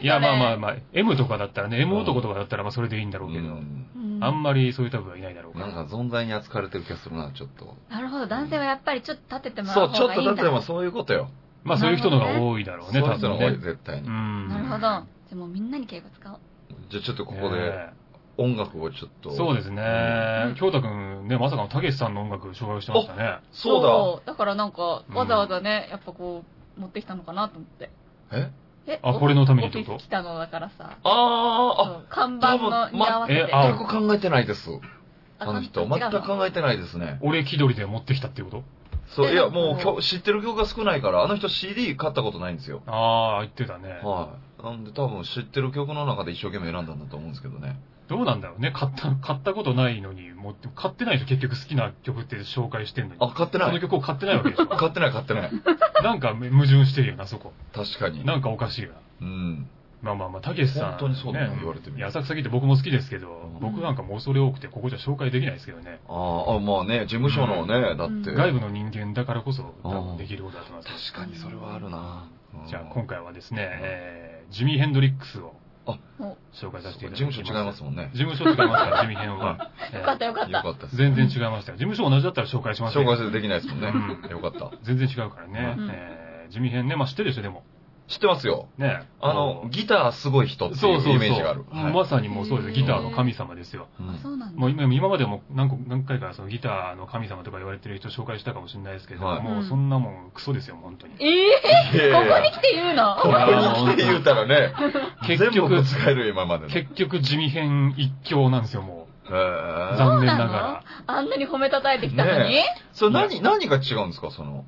[SPEAKER 1] いや、まあまあまあ、M とかだったらね、M 男とかだったらまあそれでいいんだろうけど、
[SPEAKER 2] うん
[SPEAKER 4] うん
[SPEAKER 1] あんまりそういうタブはいないだろうか
[SPEAKER 2] な
[SPEAKER 1] ら。
[SPEAKER 2] んか、存在に扱われてる気がするな、ちょっと。
[SPEAKER 4] なるほど、男性はやっぱりちょっと立ててもら
[SPEAKER 2] そうう、ちょ
[SPEAKER 4] 方
[SPEAKER 2] っ
[SPEAKER 4] が
[SPEAKER 2] と
[SPEAKER 4] いい
[SPEAKER 2] だ
[SPEAKER 4] ん
[SPEAKER 2] っ
[SPEAKER 4] だ。
[SPEAKER 2] てもそういうことよ。
[SPEAKER 1] まあそういう人の方が多いだろ
[SPEAKER 2] そううい
[SPEAKER 1] ね、
[SPEAKER 2] う
[SPEAKER 1] 多
[SPEAKER 2] 人の
[SPEAKER 1] 分
[SPEAKER 2] 方が
[SPEAKER 1] ね。
[SPEAKER 2] 絶対に
[SPEAKER 1] う。ん。
[SPEAKER 4] なるほど。じゃあもうみんなに敬語使おう。
[SPEAKER 2] じゃあちょっとここで
[SPEAKER 1] ね
[SPEAKER 2] 音楽をちょっと。
[SPEAKER 1] そうですね。京太くんね、まさかのたけしさんの音楽紹介してましたね。
[SPEAKER 2] そうだ。
[SPEAKER 4] だ。だからなんか、わざわざね、やっぱこう、持ってきたのかなと思って。
[SPEAKER 2] え
[SPEAKER 4] え
[SPEAKER 1] あこれのためにってこと
[SPEAKER 4] オフィス来たのだからさ。
[SPEAKER 2] あー、あ
[SPEAKER 4] そう、看板のに合わせ
[SPEAKER 1] え
[SPEAKER 4] て。、
[SPEAKER 1] あ
[SPEAKER 2] 全く考えてないです。あの人、全く考えてないですね。
[SPEAKER 1] 俺気取りで持ってきたっていうこと
[SPEAKER 2] そう、いや、
[SPEAKER 4] う
[SPEAKER 2] も
[SPEAKER 4] ん
[SPEAKER 2] う、きょ知ってる曲が少ないから、あの人 CD 買ったことないんですよ。
[SPEAKER 1] ああ、言ってたね。
[SPEAKER 2] はい。なんで多分知ってる曲の中で一生懸命選んだんだと思うんですけどね。
[SPEAKER 1] どうなんだろうね。買った、買ったことないのに、もう、買ってないでしょ結局好きな曲って紹介してんのに。
[SPEAKER 2] あ、買って
[SPEAKER 1] そ
[SPEAKER 2] な
[SPEAKER 1] の
[SPEAKER 2] い。
[SPEAKER 1] 曲を買ってないわけでしょ
[SPEAKER 2] 買ってない、買ってない。
[SPEAKER 1] なんか矛盾してるよな、そこ。
[SPEAKER 2] 確かに。
[SPEAKER 1] なんかおかしいよな。
[SPEAKER 2] うん。
[SPEAKER 1] まあまあまあ、たけしさん、
[SPEAKER 2] 本当にそうだね
[SPEAKER 1] ね
[SPEAKER 2] 言われてみる
[SPEAKER 1] いや、浅草来て僕も好きですけど、
[SPEAKER 2] ん
[SPEAKER 1] 僕なんかもう恐れ多くて、ここじゃ紹介できないですけどね。
[SPEAKER 2] あーあ、まあね、事務所のね、だって。
[SPEAKER 4] うん
[SPEAKER 1] 外部の人間だからこそ、多
[SPEAKER 2] う
[SPEAKER 1] 分
[SPEAKER 2] ん
[SPEAKER 1] できることだと思います。
[SPEAKER 2] 確かにそれはあるな。うん
[SPEAKER 1] じゃあ、今回はですね、えー、ジミー・ヘンドリックスを
[SPEAKER 2] あ
[SPEAKER 1] 紹介させていただき
[SPEAKER 2] 事務
[SPEAKER 1] ます。
[SPEAKER 2] 所違いますもんね。
[SPEAKER 1] 事務所違います から、ジミー・ヘンは。えー
[SPEAKER 4] よかったよかっ
[SPEAKER 2] よ
[SPEAKER 4] た。
[SPEAKER 2] かったです。
[SPEAKER 1] 全然違いましたよ。事務所同じだったら紹介します
[SPEAKER 2] 紹介せてできないですもん
[SPEAKER 1] う
[SPEAKER 2] ね。
[SPEAKER 1] ん
[SPEAKER 2] よかった。
[SPEAKER 1] 全然違うからね。
[SPEAKER 4] うん
[SPEAKER 1] えー、ジミー・ヘンね、まあ知ってるでしょ、でも。
[SPEAKER 2] 知ってますよ。
[SPEAKER 1] ね。
[SPEAKER 2] あの、ギターすごい人って
[SPEAKER 1] そうそうそ
[SPEAKER 2] いう
[SPEAKER 1] う。
[SPEAKER 2] イメージがある。はい
[SPEAKER 1] まさにもうそうですよ。ギターの神様ですよ。
[SPEAKER 2] うん
[SPEAKER 4] そうなんだ
[SPEAKER 1] も。う今今までも何個何回かそのギターの神様とか言われてる人紹介したかもしれないですけど、
[SPEAKER 2] はい
[SPEAKER 1] もうそんなもんクソですよ、本当に。
[SPEAKER 4] ええ
[SPEAKER 2] いやい
[SPEAKER 4] ここ
[SPEAKER 2] や
[SPEAKER 4] に来て言うの
[SPEAKER 2] ここに来て言うたらね、
[SPEAKER 1] 結
[SPEAKER 2] 全部
[SPEAKER 1] 局、
[SPEAKER 2] 使える今までの。
[SPEAKER 1] 結局地味編一強なんですよ、も
[SPEAKER 2] へ
[SPEAKER 1] う。
[SPEAKER 2] ー
[SPEAKER 1] 残念ながら。
[SPEAKER 4] あんなに褒めたたえてきたのに、
[SPEAKER 2] ねそれ何、何が違うんですかその。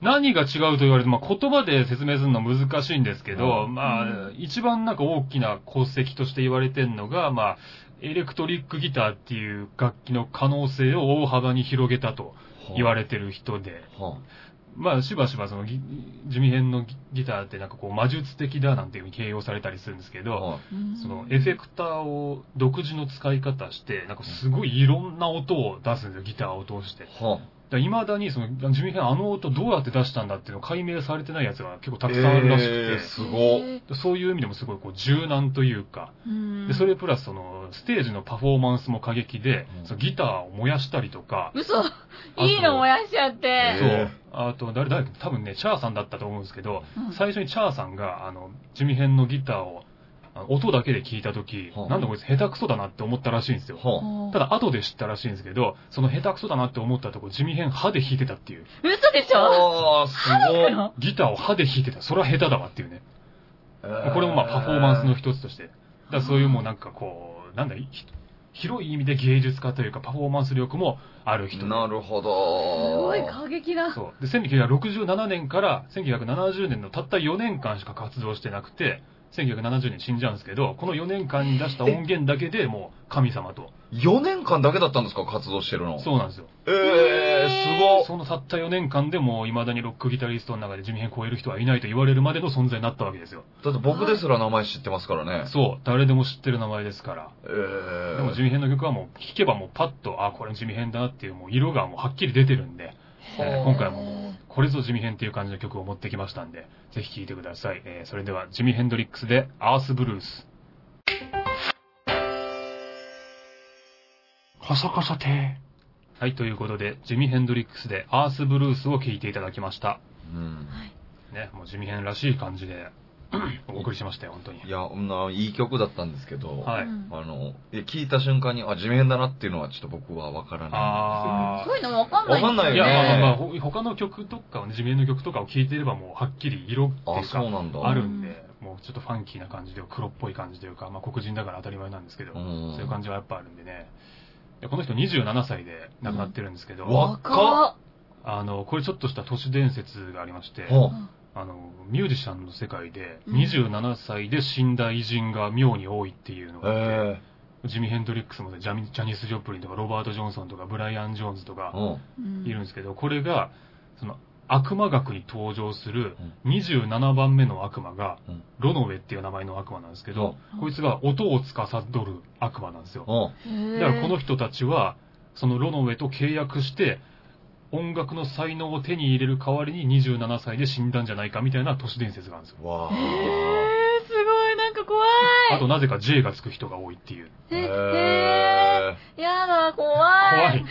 [SPEAKER 1] 何が違うと言われても、まあ、言葉で説明するの難しいんですけど、
[SPEAKER 2] う
[SPEAKER 1] まあ
[SPEAKER 4] う、
[SPEAKER 1] 一番なんか大きな功績として言われてるのが、まあ、エレクトリックギターっていう楽器の可能性を大幅に広げたと言われてる人で、
[SPEAKER 2] は
[SPEAKER 1] まあ、しばしばそのギ、地味編のギギターってなんかこう魔術的だなんていうふうに形容されたりするんですけ
[SPEAKER 2] あ、
[SPEAKER 1] ど、
[SPEAKER 2] は
[SPEAKER 1] そのエフェクターを独自の使い方して、なんかすごいいろんな音を出すんですよ、ギターを通して。
[SPEAKER 2] あ、は
[SPEAKER 1] だまだにその、地味編あの音どうやって出したんだっていうのを解明されてないやつが結構
[SPEAKER 2] あ。
[SPEAKER 1] たくさんあるらしくて、
[SPEAKER 2] えーすごっ。
[SPEAKER 1] そういう意味でもすごいこう柔軟というか、で、それプラスその、ステージのパフォーマンスも過激で
[SPEAKER 2] う、ん
[SPEAKER 1] そのギターを燃やしたりとか、
[SPEAKER 4] 嘘いいの燃やしちゃっ
[SPEAKER 2] え
[SPEAKER 1] そ
[SPEAKER 4] て。
[SPEAKER 1] う
[SPEAKER 2] ー。
[SPEAKER 1] あと、誰、誰、多分ね、チャーさんだったと思うんですけど、
[SPEAKER 4] うん
[SPEAKER 1] 最初にチャーさんが、あの、地味編のギターを、あの音だけで聞いたとき、
[SPEAKER 2] はあ
[SPEAKER 1] なんだこいつ下手くそだなって思ったらしいんですよ。
[SPEAKER 2] は
[SPEAKER 1] ただ、後で知ったらしいんですけど、その下手くそだなって思ったとこ、地味編歯で弾いてたっていう。
[SPEAKER 4] 嘘でし
[SPEAKER 2] あ。
[SPEAKER 4] ょ
[SPEAKER 2] ああ、すごい。
[SPEAKER 1] ギターを歯で弾いてた。それは下手だわっていうね。こ
[SPEAKER 2] こ
[SPEAKER 1] れもまあパフォーマンスの一つとして。だからそういうもうなんかこう、なんだ、ひ広い意味で芸術家というかパフォーマンス力もある人。
[SPEAKER 2] なるほ
[SPEAKER 4] す
[SPEAKER 2] ど。
[SPEAKER 4] ごい過激だ。
[SPEAKER 1] そう。で、1967年から1970年のたった4年間しか活動してなくて、1970年死んじゃうんですけど、この4年間に出した音源だけでもう神様と。
[SPEAKER 2] 4年間だけだったんですか活動してるの。
[SPEAKER 1] そうなんですよ。
[SPEAKER 2] ええすごっ。
[SPEAKER 1] そのたった4年間でもう未だにロックギタリストの中で地味編超える人はいないと言われるまでの存在になったわけですよ。
[SPEAKER 2] だって僕ですら名前知ってますからね。
[SPEAKER 1] そう。誰でも知ってる名前ですから。
[SPEAKER 2] ええ
[SPEAKER 1] でも、地味編の曲はもう、聴けばもうパッと、あ、これ地味編だなっていう、もう色がもうはっきり出てるんで、えー今回ももう、これぞ地味編っていう感じの曲を持ってきましたんで、ぜひ聴いてください。えーそれでは、ジミヘンドリックスで、アースブルース。
[SPEAKER 5] カサカサて。
[SPEAKER 1] はい、ということで、ジミヘンドリックスで、アースブルースを聴いていただきました。
[SPEAKER 2] うん。
[SPEAKER 1] ね、もうジミヘンらしい感じ で、お送りしましたよ、本当に。
[SPEAKER 2] いや、うんいい曲だったんですけど、
[SPEAKER 1] はい。
[SPEAKER 4] うん
[SPEAKER 2] あの、いや聞いた瞬間に、あ、地面だなっていうのはちょっと僕はわからな
[SPEAKER 1] あ
[SPEAKER 4] そういうのわかんない。
[SPEAKER 2] わかんない
[SPEAKER 1] ー。
[SPEAKER 2] よ
[SPEAKER 1] い
[SPEAKER 2] ね
[SPEAKER 1] や、まあまあまあ、ほ他の曲とかをね、地味編の曲とかを聴いてればもう、はっきり色って
[SPEAKER 2] い。あ、
[SPEAKER 1] いう
[SPEAKER 2] そ
[SPEAKER 1] か
[SPEAKER 2] う、なんだ。
[SPEAKER 1] あるんで、もうちょっとファンキーな感じで、黒っぽい感じというか、まあ黒人だから当たり前なんですけど、
[SPEAKER 2] う
[SPEAKER 1] そ
[SPEAKER 2] ん。
[SPEAKER 1] ういう感じはやっぱあるんでね。でこの人27歳で亡くなってるんですけど、
[SPEAKER 2] うんうわ
[SPEAKER 4] 若
[SPEAKER 1] あの、これちょっとした都市伝説がありまして、
[SPEAKER 2] ほう
[SPEAKER 1] あの、ミュージシャンの世界で、
[SPEAKER 4] うん
[SPEAKER 1] 27歳で死んだ偉人が妙に多いっていうのがあって、
[SPEAKER 2] え
[SPEAKER 1] ジミ・ヘンドリックスもねジャミジャニス・ジョプリンとか、ロバート・ジョンソンとか、ブライアン・ジョーンズと
[SPEAKER 2] え
[SPEAKER 1] か、
[SPEAKER 2] うん。
[SPEAKER 4] うん
[SPEAKER 1] いるんですけど、これが、その、悪魔学に登場する
[SPEAKER 2] うん
[SPEAKER 1] 27番目の悪魔が
[SPEAKER 2] うん、
[SPEAKER 1] ロノウェっていう名前の悪魔なんですけど、
[SPEAKER 4] うん
[SPEAKER 1] こいつが音を司る悪魔なんですよ。
[SPEAKER 2] うん。
[SPEAKER 1] だ
[SPEAKER 4] へー
[SPEAKER 1] からこの人たちは、そのロノウェと契約して、音楽の才能を手に入れる代わりに27歳で死んだんじゃないかみたいな都市伝説があるんですよ。
[SPEAKER 2] わー。
[SPEAKER 4] へーすごい、なんか怖い。
[SPEAKER 1] あとなぜか J がつく人が多いっていう。
[SPEAKER 4] え
[SPEAKER 2] え
[SPEAKER 4] へーやだ、怖い。
[SPEAKER 1] 怖い。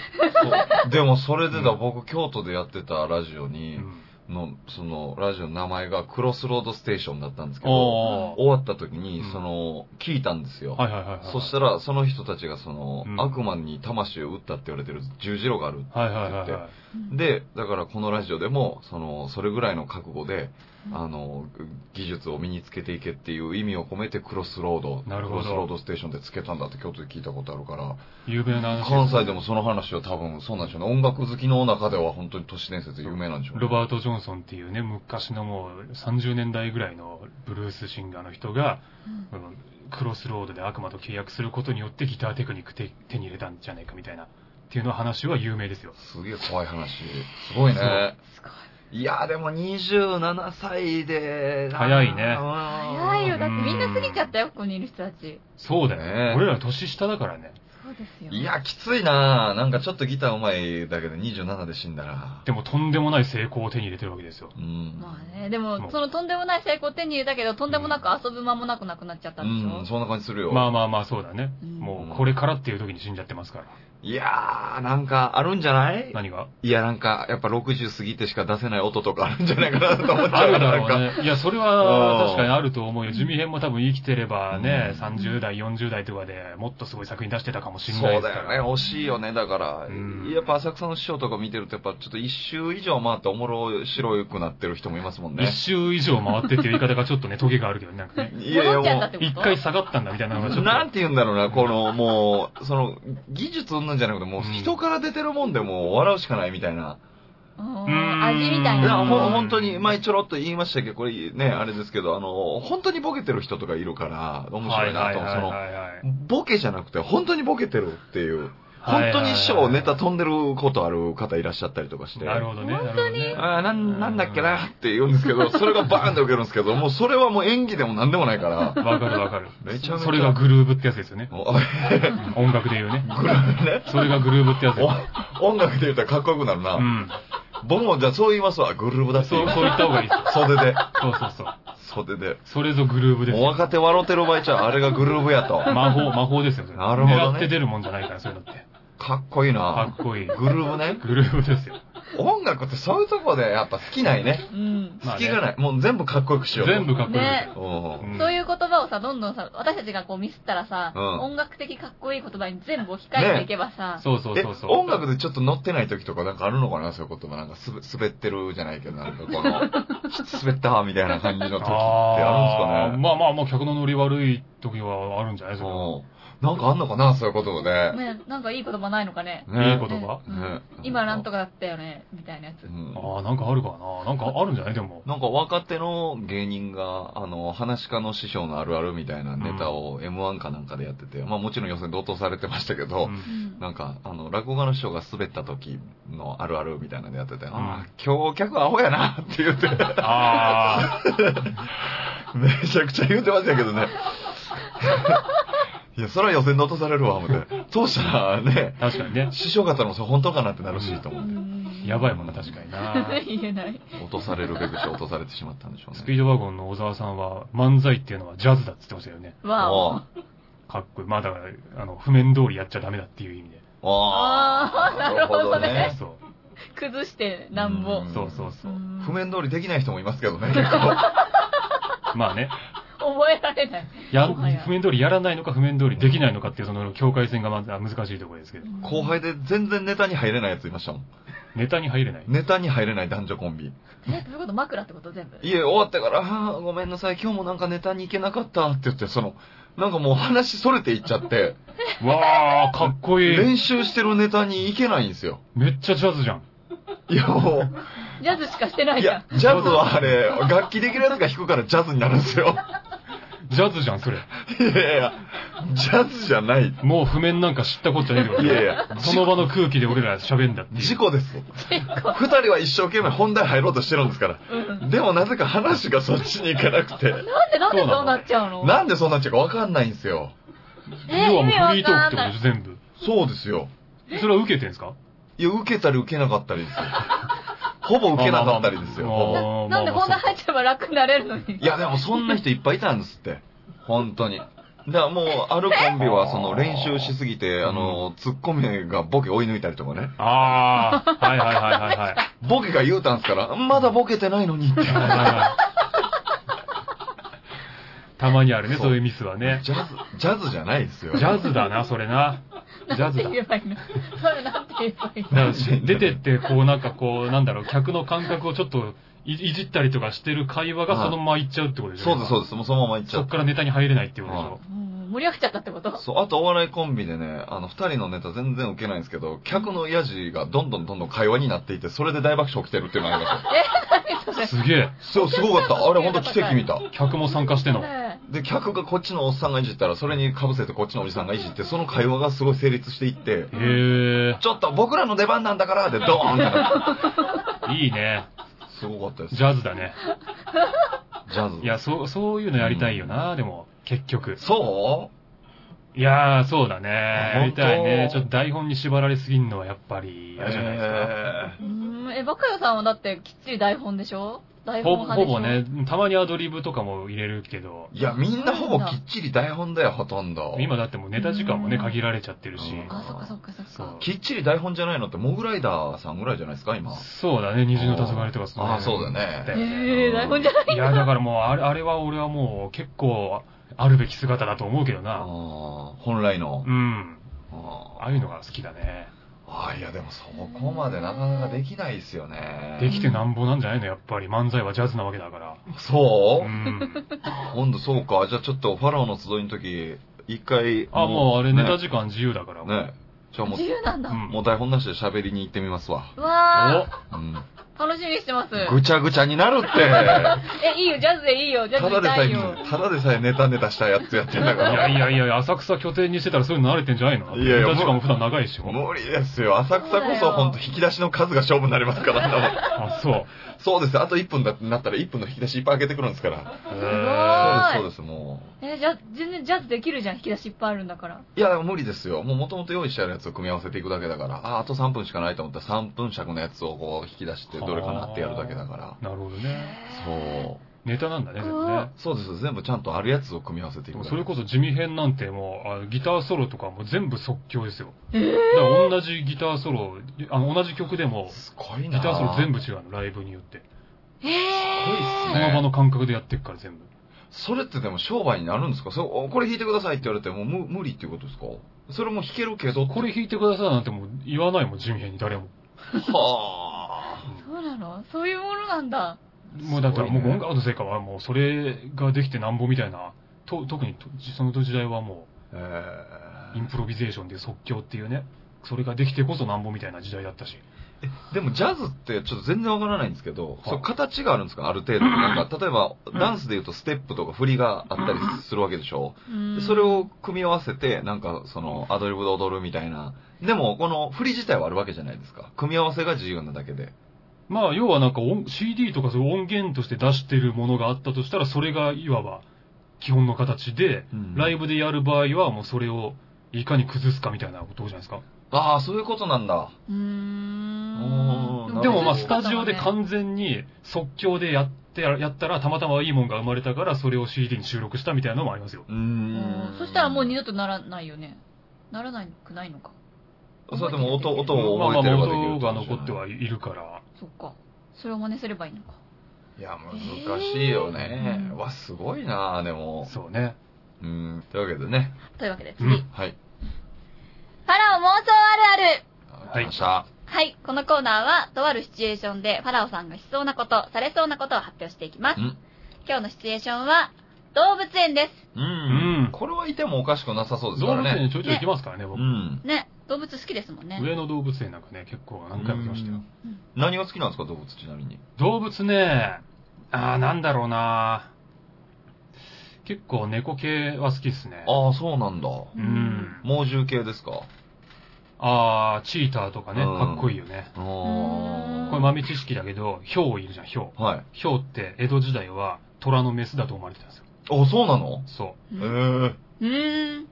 [SPEAKER 2] えでもそれでだ、
[SPEAKER 1] うん
[SPEAKER 2] 僕京都でやってたラジオに、の、その、ラジオの名前がクロスロードステーションだったんですけど、
[SPEAKER 1] おー
[SPEAKER 2] 終わった時に
[SPEAKER 1] うん、
[SPEAKER 2] その、聞いたんですよ。
[SPEAKER 1] はいはいはいはい。
[SPEAKER 2] そしたら、その人たちがその、
[SPEAKER 1] うん
[SPEAKER 2] 悪魔に魂を打ったって言われてる十字路がある。
[SPEAKER 1] はいはいはいはい。
[SPEAKER 2] で、だからこのラジオでも、その、それぐらいの覚悟で、あの、技術を身につけていけっていう意味を込めてクロスロード、
[SPEAKER 1] なるほど
[SPEAKER 2] クロスロードステーションでつけたんだって京都で聞いたことあるから、
[SPEAKER 1] 有名な話
[SPEAKER 2] 関西でもその話は多分そうなんでしょうね。音楽好きの中では本当に都市伝説有名なんでしょうね。
[SPEAKER 1] ロバート・ジョンソンっていうね、昔のもう30年代ぐらいのブルースシンガーの人が、うんクロスロードで悪魔と契約することによってギターテクニック手手に入れたんじゃないかみたいな、っていうの話は有名ですよ。
[SPEAKER 2] すげえ怖い話。すごいね。
[SPEAKER 4] すごい。
[SPEAKER 2] いやーでも27歳で、
[SPEAKER 1] 早いね
[SPEAKER 4] 早
[SPEAKER 2] 早
[SPEAKER 4] いよ。だってみんな過ぎちゃったよ、ここにいる人たち。
[SPEAKER 1] そうだよね
[SPEAKER 2] ね。え
[SPEAKER 1] 俺ら年下だからね。
[SPEAKER 4] そうですよ。
[SPEAKER 2] いや、きついなぁ。なんかちょっとギター上手いだけど27で死んだら。
[SPEAKER 1] でもとんでもない成功を手に入れてるわけですよ。
[SPEAKER 2] うん。
[SPEAKER 4] まあね、で
[SPEAKER 1] も
[SPEAKER 4] も、
[SPEAKER 1] う
[SPEAKER 4] そのとんでもない成功を手に入れたけど、とんでもなく遊ぶ間もなくなくなっちゃったんでしょ、
[SPEAKER 2] うん、そんな感じするよ。
[SPEAKER 1] まあまあまあ、そうだね。
[SPEAKER 4] うん
[SPEAKER 1] もうこれからっていう時に死んじゃってますから。
[SPEAKER 2] いやー、なんかあるんじゃない
[SPEAKER 1] 何が
[SPEAKER 2] いや、なんか、やっぱ60過ぎてしか出せない音とかあるんじゃないかなと思っちゃ
[SPEAKER 1] あ
[SPEAKER 2] う。
[SPEAKER 1] るだろ
[SPEAKER 2] なんか。
[SPEAKER 1] うね。いや、それ
[SPEAKER 2] う
[SPEAKER 1] は
[SPEAKER 2] ん
[SPEAKER 1] 確かにあると思うよ。ジミヘンも多分生きてればね、
[SPEAKER 2] うん
[SPEAKER 1] 30代、40代とかでもっとすごい作品出してたかもしれない
[SPEAKER 2] そ
[SPEAKER 1] で
[SPEAKER 2] う
[SPEAKER 1] すか
[SPEAKER 2] だ
[SPEAKER 1] ら。
[SPEAKER 2] よね。惜しいよね。だから、
[SPEAKER 1] うん
[SPEAKER 2] やっぱ浅草の師匠とか見てると、やっぱちょっと一周以上回っておもろ白くなってる人もいますもんね
[SPEAKER 1] 一。周以上回ってっていう言い方がちょっとね、トゲがあるけど、なんかね。
[SPEAKER 2] いやいや
[SPEAKER 4] 戻っちゃっ
[SPEAKER 2] も
[SPEAKER 4] たってこと
[SPEAKER 1] 一回下がったんだみたいなのがちょ
[SPEAKER 2] う、
[SPEAKER 1] っ
[SPEAKER 2] なん
[SPEAKER 1] と。
[SPEAKER 2] て言うんだろうな、この、もう、その、技術うんぬんじゃなくて、もう
[SPEAKER 1] うん
[SPEAKER 2] 人から出てるもんでもう笑うしかないみたいな。
[SPEAKER 1] ん
[SPEAKER 4] 味みたい
[SPEAKER 2] いや、
[SPEAKER 4] な。
[SPEAKER 1] うん
[SPEAKER 2] ほん本当に、前ちょろっと言いましたけど、これね、あれですけど、あの、本当にボケてる人とかいるから、面白いなと思う。その、ボケじゃなくて、本当にボケてるっていう、本当に一生ネタ飛んでることある方いらっしゃったりとかして。
[SPEAKER 1] なるほどね。
[SPEAKER 4] 本当に
[SPEAKER 1] なるほどね
[SPEAKER 2] ああ、なん、なんだっけなって言うんですけ ど、それがバーンって受けるんですけど、もうそれはもう演技でも何でもない から、
[SPEAKER 1] わかるわかる。
[SPEAKER 2] めちゃめちゃ
[SPEAKER 1] それがグルーブってやつですよね。
[SPEAKER 2] もう
[SPEAKER 1] 音楽で言うね。
[SPEAKER 2] グループね。
[SPEAKER 1] それがグルーブってやつです。
[SPEAKER 2] お音楽で言ったらかっこよくなるな。
[SPEAKER 1] うん。
[SPEAKER 2] 僕もじゃあそう言いますわ、グループだって
[SPEAKER 1] そう、そう言った方がいいですよ。
[SPEAKER 2] 袖で、
[SPEAKER 1] そうそうそう。
[SPEAKER 2] 袖で。
[SPEAKER 1] それぞグルーブです
[SPEAKER 2] もう
[SPEAKER 1] よ。
[SPEAKER 2] 若手笑ってる場合ちゃう、あれがグルーブやと。
[SPEAKER 1] 魔法、魔法ですよ、それ
[SPEAKER 2] なるほど
[SPEAKER 1] 狙
[SPEAKER 2] ね
[SPEAKER 1] って出るもんじゃないから、そういうのって。
[SPEAKER 2] かっこいい
[SPEAKER 1] か
[SPEAKER 2] な
[SPEAKER 1] っこいい。
[SPEAKER 2] グルーブね。
[SPEAKER 1] グルーブですよ。
[SPEAKER 2] 音楽ってそういうとこでやっぱ好きないね。
[SPEAKER 4] うん。
[SPEAKER 1] ま
[SPEAKER 2] 好
[SPEAKER 1] あね
[SPEAKER 2] きがない。もう全部かっこよくしよう。
[SPEAKER 1] 全部かっこいいです
[SPEAKER 4] ね
[SPEAKER 1] よ。
[SPEAKER 2] うん。
[SPEAKER 1] ん
[SPEAKER 4] そういう言葉をさ、どんどんさ、私たちがこうミスったらさ、
[SPEAKER 2] うん
[SPEAKER 4] 音楽的かっこいい言葉に全部置き換えていけばさ、
[SPEAKER 1] そうそう
[SPEAKER 2] え
[SPEAKER 1] そう、そう。
[SPEAKER 2] 音楽でちょっと乗ってない時とかなんかあるのかなそういう言葉。なんかすべ滑ってるじゃないけど、なんかこの、 滑ったみたいな感じの時ってあるんですかね。
[SPEAKER 1] まあまあ、もう客の乗り悪い時はあるんじゃないですか。
[SPEAKER 2] うん。なんかあんのかなそういうことで。ね。
[SPEAKER 4] ね、なんかいい言葉ないのかね。
[SPEAKER 1] いい言葉
[SPEAKER 4] うん
[SPEAKER 2] ね
[SPEAKER 4] 今なんとかだったよね、みたいなやつ
[SPEAKER 2] う。ん
[SPEAKER 1] ああ、なんかあるかな。なんかあるんじゃないでも。
[SPEAKER 2] なんか若手の芸人が、あの、話し家の師匠のあるあるみたいなネタを M1 かなんかでやってて、まあもちろん予選で落とされてましたけど、
[SPEAKER 1] うん
[SPEAKER 2] なんか、あの、落語家の師匠が滑った時のあるあるみたいなのやってて、
[SPEAKER 1] ん
[SPEAKER 2] ああ、今日客アホやなって言って、め
[SPEAKER 1] あ
[SPEAKER 2] ちゃくちゃ言ってましたけどね。いや、それは予選で落とされるわ、思って。そうしたらね
[SPEAKER 1] あ、、確かにね。
[SPEAKER 2] 師匠方もそれ本当かなってなるし、と
[SPEAKER 4] う
[SPEAKER 2] 思って。
[SPEAKER 4] ん
[SPEAKER 1] やばいもんな、確かに な。
[SPEAKER 4] 言えない。
[SPEAKER 2] 落とされるべくして落とされてしまったんでしょうね。
[SPEAKER 1] スピードワゴンの小沢さんは、漫才っていうのはジャズだって言ってましたよね。
[SPEAKER 4] わお。
[SPEAKER 2] あ
[SPEAKER 1] かっこいい。まあだから、あの、譜面通りやっちゃダメだっていう意味で。
[SPEAKER 2] ああ
[SPEAKER 4] あー
[SPEAKER 2] なるほどね。
[SPEAKER 1] そう。
[SPEAKER 4] 崩してなんぼ
[SPEAKER 2] う。ん
[SPEAKER 1] そうそうそうう。
[SPEAKER 4] ん
[SPEAKER 2] 譜面通りできない人もいますけどね、結構。
[SPEAKER 1] まあね。
[SPEAKER 4] 覚えられない。
[SPEAKER 1] や
[SPEAKER 4] もはや
[SPEAKER 1] 譜面通りやらないのか譜面通りできないのかっていうその境界線がまだ難しいところですけど。
[SPEAKER 2] 後輩で全然ネタに入れないやついましたもん。
[SPEAKER 1] ネタに入れない。
[SPEAKER 2] ネタに入れない男女コンビ。
[SPEAKER 4] え、そういうこと枕ってこと全部。
[SPEAKER 2] いえ、終わってから、あーごめんなさい、今日もなんかネタに行けなかったって言って、その、なんかもう話それていっちゃって、
[SPEAKER 1] わあ、かっこいい。
[SPEAKER 2] 練習してるネタに行けないんですよ。
[SPEAKER 1] めっちゃジャズじゃん。
[SPEAKER 2] いや、も
[SPEAKER 4] ジャズしかしてな
[SPEAKER 2] う、
[SPEAKER 4] い
[SPEAKER 2] い
[SPEAKER 4] じゃん
[SPEAKER 2] や。、ジャズはあれ、楽器できるやつが弾くからジャズになるんで すよ。
[SPEAKER 1] ジャズじゃん、それ。
[SPEAKER 2] いやいや、ジャズじゃない。い
[SPEAKER 1] もう譜面なんか知ったこっちゃねえよ。
[SPEAKER 2] やいや、
[SPEAKER 1] その場の空気で俺ら喋んだっていう。
[SPEAKER 2] 事故です。二人は一生懸命本題入ろうとしてるんですから。
[SPEAKER 4] うん
[SPEAKER 2] でもなぜか話がそっちに行かなくて、
[SPEAKER 4] なんでなんでそうなっちゃうの
[SPEAKER 2] なんでそうなっちゃうかわかんないんですよ。
[SPEAKER 4] え
[SPEAKER 1] 要はもう
[SPEAKER 4] 意味わ
[SPEAKER 1] フリートーク
[SPEAKER 4] か
[SPEAKER 1] って
[SPEAKER 4] ん
[SPEAKER 1] こと
[SPEAKER 4] な
[SPEAKER 1] でし
[SPEAKER 4] い
[SPEAKER 1] ょ、全部。
[SPEAKER 2] そうですよ。
[SPEAKER 1] それは受けてんすか
[SPEAKER 2] いや、受けたり受けなかったりです よ。ほぼ受けなかったりですよ。
[SPEAKER 1] まあまあまあ
[SPEAKER 2] ほぼ
[SPEAKER 4] ななんでこんな入っちゃえば楽になれるのに。
[SPEAKER 2] いや、でもそんな人いっぱいいたんですって。本当に。だからもう、あるコンビは、その、練習しすぎて、あの、ツッコミがボケ追い抜いたりとかね。
[SPEAKER 1] ああ、はいはいはいはいはい。
[SPEAKER 2] ボケが言うたんすから、まだボケてない のにって。
[SPEAKER 1] はいはい はいたまにあるね、
[SPEAKER 2] そ
[SPEAKER 1] そうういうミスはね。
[SPEAKER 2] ジャズ、ジャズじゃないですよ。
[SPEAKER 1] ジャズだな、それな。ジャ
[SPEAKER 4] なん
[SPEAKER 1] ズ
[SPEAKER 4] て
[SPEAKER 1] だ。
[SPEAKER 4] 言えばいいのそれなんて言えばいいの
[SPEAKER 1] だから出てって、こうなんかこう、なんだろう、客の感覚をちょっといいじったりとかしてる会話がそのまま行っちゃうってことでしょ
[SPEAKER 2] そうです、そうです。もうそのまま行っちゃ
[SPEAKER 1] そ
[SPEAKER 2] っ。
[SPEAKER 1] ったからネタに入れないっていうことでしょ。
[SPEAKER 4] うん盛り上がっちゃったっ てこと
[SPEAKER 2] そう、あとお笑いコンビでね、あの、二人のネタ全然受けないんですけど、客のヤジがどんどんどんどん会話になっていて、それで大爆笑起きてるっていうのがありまし
[SPEAKER 1] すげえ。
[SPEAKER 2] た。そう、すごかった。 あれ、ほんと奇跡見た。
[SPEAKER 1] 客も参加しての。
[SPEAKER 4] ね
[SPEAKER 2] で、客がこっちのおっさんがいじったら、それに被せてこっちのおじさんがいじって、その会話がすごい成立していって、
[SPEAKER 1] へ
[SPEAKER 2] ちょっと僕らの出番なんだからでドーンってなっ
[SPEAKER 1] え、いいね。
[SPEAKER 2] たすごかったです。
[SPEAKER 1] ジャズだね。
[SPEAKER 2] ジャズ。
[SPEAKER 1] いや、そう、そういうのやりたいよな、でも、結局。
[SPEAKER 2] そ
[SPEAKER 1] いやー、そうだね。
[SPEAKER 2] あ
[SPEAKER 1] や
[SPEAKER 2] 本
[SPEAKER 1] り
[SPEAKER 2] 当
[SPEAKER 1] たいね。ちょっと台本に縛られすぎんのはやっぱり
[SPEAKER 2] う
[SPEAKER 1] 嫌じゃないですか。
[SPEAKER 2] え
[SPEAKER 4] うーんえ、バカヨさんはだってきっちり台本でしょ台
[SPEAKER 1] ほ
[SPEAKER 4] 本
[SPEAKER 1] ぼ
[SPEAKER 4] 派で
[SPEAKER 1] ほ
[SPEAKER 4] しょ
[SPEAKER 1] ぼ。ね、たまにアドリブとかも入れるけど、
[SPEAKER 2] ーいや、みんなほぼきっちり台本だよ、ほとんど。
[SPEAKER 1] 今だってもうネタ時間もね、
[SPEAKER 4] うん
[SPEAKER 1] 限られちゃってるし。
[SPEAKER 2] うん
[SPEAKER 4] あ、そっかそっかそっ
[SPEAKER 1] そう
[SPEAKER 4] か。
[SPEAKER 2] きっちり台本じゃないのって、モグライダーさんぐらいじゃないですか、今。
[SPEAKER 1] そうだね、虹の黄昏とかの辺
[SPEAKER 2] あーそうだね
[SPEAKER 1] だよ
[SPEAKER 4] えー、台本じゃない
[SPEAKER 1] いや、だからもう、あれあれは俺はもう結構あるべき姿だと思うけど
[SPEAKER 2] あ
[SPEAKER 1] な。
[SPEAKER 2] ー本来の
[SPEAKER 1] う。ん。あ
[SPEAKER 2] あ
[SPEAKER 1] あいうのが好きだね。
[SPEAKER 2] あー、いや、でもそこまでなかなかできないですよね。
[SPEAKER 1] できてなんぼなんじゃないのやっぱり漫才はジャズなわけだから。
[SPEAKER 2] そう
[SPEAKER 1] う、ん。
[SPEAKER 2] 今度そうか。じゃあちょっとファラオの集いの時、一回。
[SPEAKER 1] あ、もうあれネタ
[SPEAKER 2] ね
[SPEAKER 1] 時間自由だから。
[SPEAKER 2] ねじゃあも
[SPEAKER 4] 自由なんだ。
[SPEAKER 1] うん
[SPEAKER 2] う、もう台本なしで喋りに行ってみますわ。
[SPEAKER 4] うわ
[SPEAKER 2] うん。
[SPEAKER 4] ー、楽しみにしてます。
[SPEAKER 2] ぐちゃぐちゃになるって。
[SPEAKER 4] え、いいよ、ジャズ でいいよ、ジャ
[SPEAKER 2] ただ
[SPEAKER 4] ズ見
[SPEAKER 2] で
[SPEAKER 4] た
[SPEAKER 2] さ
[SPEAKER 4] いよ。
[SPEAKER 2] え、ただでさえネタネタしたやつやってんだ
[SPEAKER 1] い
[SPEAKER 2] か
[SPEAKER 1] や
[SPEAKER 2] ら。
[SPEAKER 1] いやいやいや、浅草拠点にしてたらそういうの慣れてんじゃないの
[SPEAKER 2] いやいや
[SPEAKER 1] 歌時間も普段長いでしょ。
[SPEAKER 2] 無理ですよ。浅草こ
[SPEAKER 4] そうだ
[SPEAKER 2] そ
[SPEAKER 4] よ
[SPEAKER 2] 本当引き出しの数が勝負になりますから多分。
[SPEAKER 1] あ、そう。
[SPEAKER 2] そうです。あと1分だなったら1分の引き出しいっぱい開けてくるんですから。
[SPEAKER 1] へ
[SPEAKER 4] はい
[SPEAKER 2] そうです、そうです、も
[SPEAKER 4] え、じゃ、全然ジャズできるじゃん、引き出しいっぱいあるんだから。
[SPEAKER 2] う。いや、でも無理ですよ。もう元々用意してあるやつを組み合わせていくだけだから、あ、あと3分しかないと思ったら3分尺のやつをこう引き出してどれかなってやるだけだから。
[SPEAKER 1] ーなるほどね。
[SPEAKER 2] そう。
[SPEAKER 1] ネタなんだね、全部
[SPEAKER 4] う
[SPEAKER 1] ね
[SPEAKER 4] わ。
[SPEAKER 2] そうです。全部ちゃんとあるやつを組み合わせて
[SPEAKER 1] で
[SPEAKER 2] いく
[SPEAKER 1] も
[SPEAKER 2] だけ。
[SPEAKER 1] それこそ地味編なんてもうあ、ギターソロとかも全部即興ですよ。
[SPEAKER 4] えー
[SPEAKER 1] だから同じギターソロ、あの同じ曲でも、
[SPEAKER 2] すごい
[SPEAKER 1] ギ
[SPEAKER 2] な
[SPEAKER 1] ターソロ全部違うの、ライブによって。
[SPEAKER 4] え
[SPEAKER 2] ごいっす
[SPEAKER 1] そ
[SPEAKER 2] ね
[SPEAKER 4] ー。
[SPEAKER 1] の場の感覚でやってくから全部。
[SPEAKER 2] それってでも商売になるんですかそうこれ弾いてくださいって言われても無無理っていうことですかそれも弾けるけどって
[SPEAKER 1] これ弾いてくださいなんてもう言わないもん、地味編に誰も。
[SPEAKER 2] は
[SPEAKER 4] そうなのそういうものなんだ。
[SPEAKER 1] もうだから
[SPEAKER 2] す
[SPEAKER 1] も
[SPEAKER 2] ごいうね
[SPEAKER 1] 音楽の成果はもうそれができてなんぼみたいな、と特にとその時代はも
[SPEAKER 2] あ。え
[SPEAKER 1] うインプロビゼーションで即興っていうね、それができてこそなんぼみたいな時代だったし。
[SPEAKER 2] ー、でもジャズってちょっと全然わからないんですけど、
[SPEAKER 1] い
[SPEAKER 2] そう形があるんですかある程度。なんか例えばダンスで言うとステップとか振りがあったりするわけでしょ
[SPEAKER 4] うん
[SPEAKER 2] それを組み合わせて、なんかそのアドリブで踊るみたいな。でもこの振り自体はあるわけじゃないですか。組み合わせが自由なだけで。
[SPEAKER 1] まあ、要はなんか音 CD とかそういう音源として出してるものがあったとしたら、それがいわば基本の形で、ライ
[SPEAKER 2] ブ。
[SPEAKER 1] ブでやる場合はもうそれをいかに崩すかみたいなことじゃないですか。
[SPEAKER 2] ああ、そういうことなんだ。
[SPEAKER 4] う
[SPEAKER 2] お
[SPEAKER 4] ーん
[SPEAKER 2] ー。
[SPEAKER 1] でもまあ、スタジオで完全に即興でやって、やったらたまたまいいもんが生まれたから、それを CD に収録したみたいなのもありますよ。
[SPEAKER 2] う
[SPEAKER 4] うん
[SPEAKER 2] ん。
[SPEAKER 4] そしたらもう二度とならないよね。ならないくないのか。
[SPEAKER 2] それでも音、音を
[SPEAKER 1] まあま
[SPEAKER 2] 覚えて
[SPEAKER 1] あ
[SPEAKER 2] ればできる
[SPEAKER 1] 音
[SPEAKER 2] こ
[SPEAKER 1] が
[SPEAKER 2] とじゃない
[SPEAKER 1] 残ってはいるから。
[SPEAKER 4] そっか。それを真似すればいいのか。
[SPEAKER 2] いや、難しいよね。
[SPEAKER 4] えー
[SPEAKER 2] わ、すごいなでも。
[SPEAKER 1] そうね。
[SPEAKER 2] うん。というわけでね。
[SPEAKER 4] というわけで
[SPEAKER 1] う
[SPEAKER 4] 次。フ
[SPEAKER 1] ん。
[SPEAKER 2] はい。
[SPEAKER 4] ァラオ妄想あるある
[SPEAKER 1] い
[SPEAKER 2] 来ました。
[SPEAKER 4] はい、このコーナーは、とあるシチュエーションで、ファラオさんがしそうなこと、されそうなことを発表していきます
[SPEAKER 2] うん。
[SPEAKER 4] 今日のシチュエーションは、動物園で
[SPEAKER 2] う
[SPEAKER 1] うんん。
[SPEAKER 2] これはいてもおかしくなさそうです
[SPEAKER 1] 動
[SPEAKER 2] から
[SPEAKER 1] 物園
[SPEAKER 2] ね。
[SPEAKER 1] にちょいちょい行きますからね、僕
[SPEAKER 2] う。ん
[SPEAKER 4] す。。ね、動物好きですもんね。
[SPEAKER 1] 上野動物園なんかね、結構何回も来ましたよ。
[SPEAKER 2] うん。何が好きなんですか、動物ちなみに。
[SPEAKER 1] 動物ね、あーなんだろうな結構猫系は好きっすね。
[SPEAKER 2] ああ、そうなんだ。
[SPEAKER 1] うん。
[SPEAKER 2] 猛獣系ですか
[SPEAKER 1] あーチーターとかね、
[SPEAKER 2] うん
[SPEAKER 1] かっこいいよね。
[SPEAKER 2] ああ。
[SPEAKER 4] ん
[SPEAKER 1] これ豆知識だけど、ヒョウいるじゃん、ヒョウ。
[SPEAKER 2] はい。
[SPEAKER 1] ヒョウって江戸時代は虎のメスだと思われてたんですよ。
[SPEAKER 2] あ、そうなの
[SPEAKER 1] そ
[SPEAKER 4] うん
[SPEAKER 2] え
[SPEAKER 4] うーん。
[SPEAKER 1] う。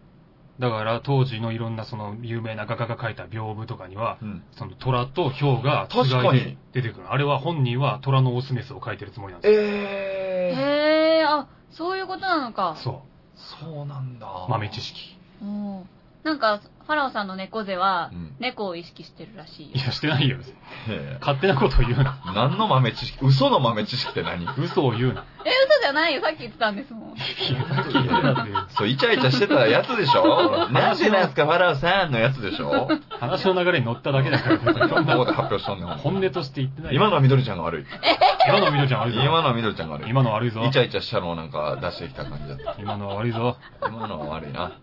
[SPEAKER 1] だから当時のいろんなその有名な画家が描いた屏風とかには、
[SPEAKER 2] え。うん。
[SPEAKER 1] その虎とヒョウが
[SPEAKER 2] 確かに
[SPEAKER 1] 違いで出てくる。あれは本人は虎のオスメスを描いてるつもりなんですよ。
[SPEAKER 2] ええ。
[SPEAKER 4] へえ、あ、そういうことなのか。
[SPEAKER 1] そ
[SPEAKER 2] そうなんだ。
[SPEAKER 1] う。豆知。識。
[SPEAKER 4] おーなんか、ファラオさんの猫背は
[SPEAKER 2] う、ん。
[SPEAKER 4] 猫を意識してるらしいよ
[SPEAKER 1] い。や、してないよ。
[SPEAKER 2] へえ。
[SPEAKER 1] 勝手なことを言うな。
[SPEAKER 2] 何の豆知識嘘の豆知識って何
[SPEAKER 1] 嘘を言うな。
[SPEAKER 4] え、嘘じゃないよ。さっき言ってたんで す
[SPEAKER 1] い
[SPEAKER 4] もん。
[SPEAKER 1] やさっき言ってたっていう
[SPEAKER 2] そう、イチャイチャしてたやつでし ょなんでなんすか、ファラオさんのやつでしょ
[SPEAKER 1] 話の流れに乗っただけだから、
[SPEAKER 2] そんなこと発表したんだよ。
[SPEAKER 1] 本音として言ってない。
[SPEAKER 2] 今のは緑ちゃんが悪い。
[SPEAKER 1] 今のはみどちゃん悪いぞ。
[SPEAKER 2] 今のは緑ちゃんが悪い。
[SPEAKER 1] 今のは悪いぞ。
[SPEAKER 2] イチャイチャしたのをなんか出してきた感じだった。
[SPEAKER 1] 今のは悪いぞ。
[SPEAKER 2] 今のは悪いな。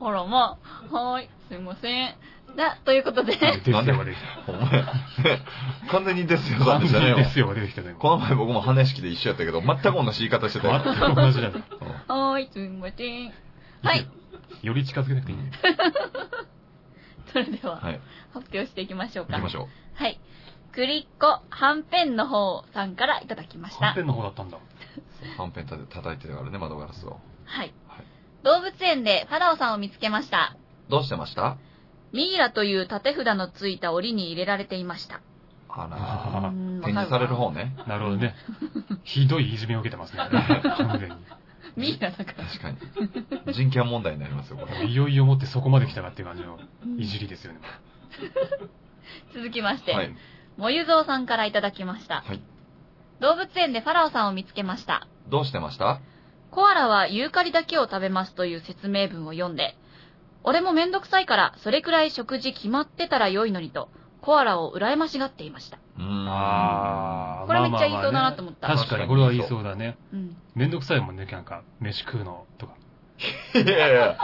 [SPEAKER 4] ほら、まあ、はーい。すいません。だ、ということで、
[SPEAKER 1] デスヨが出てき
[SPEAKER 2] お前、完全にですよ、
[SPEAKER 1] た。
[SPEAKER 2] さ
[SPEAKER 1] 完
[SPEAKER 2] んでした
[SPEAKER 1] 全にデ
[SPEAKER 2] ね。
[SPEAKER 1] スヨが出てきたね。今
[SPEAKER 2] この前僕も羽根式で一緒やったけど、全く同じ言い方してたよ。
[SPEAKER 1] 全く同じだよ。
[SPEAKER 4] はーい。すいません。 はい。
[SPEAKER 1] より近づけなくていいね。
[SPEAKER 4] それでは、
[SPEAKER 2] はい。
[SPEAKER 4] 発表していきましょう
[SPEAKER 2] 行
[SPEAKER 4] か。
[SPEAKER 2] きましょう。
[SPEAKER 4] はい。クリッコはんぺんの方さんからいただきまし
[SPEAKER 1] 反
[SPEAKER 4] た
[SPEAKER 1] 転。の方だったんだ。
[SPEAKER 2] はんぺん叩いてたからね、窓ガラスを。
[SPEAKER 4] はい
[SPEAKER 2] はい。
[SPEAKER 4] 動物園でファラオさんを見つけました。
[SPEAKER 2] どうしてました
[SPEAKER 4] ミイラという縦札のついた檻に入れられていました。
[SPEAKER 2] あ
[SPEAKER 1] あ
[SPEAKER 2] ら、展示される方ね。
[SPEAKER 1] あ、なるほどね。ひどいいじめを受けてますね。完全に
[SPEAKER 4] ミイラだ から。
[SPEAKER 2] 確かに。人権問題になりますよ、これ。。
[SPEAKER 1] もういよいよもってそこまで来たかっていう感じのいじりですよね。
[SPEAKER 4] 続きまして、
[SPEAKER 2] はい。
[SPEAKER 4] もゆぞうさんからいただきました。
[SPEAKER 2] はい
[SPEAKER 4] 動物園でファラオさんを見つけました。
[SPEAKER 2] どうしてました
[SPEAKER 4] コアラはユーカリだけを食べますという説明文を読んで、俺もめんどくさいから、それくらい食事決まってたら良いのにと、コアラを羨ましがっていました。
[SPEAKER 2] うーん
[SPEAKER 1] ああ、
[SPEAKER 4] これめっちゃ言いそうだなと思った
[SPEAKER 1] まあまあまあね確かにこれは言いそうだね。
[SPEAKER 4] うん。
[SPEAKER 1] めんどくさいもんね、なんか、飯食うのとか。
[SPEAKER 2] いやいや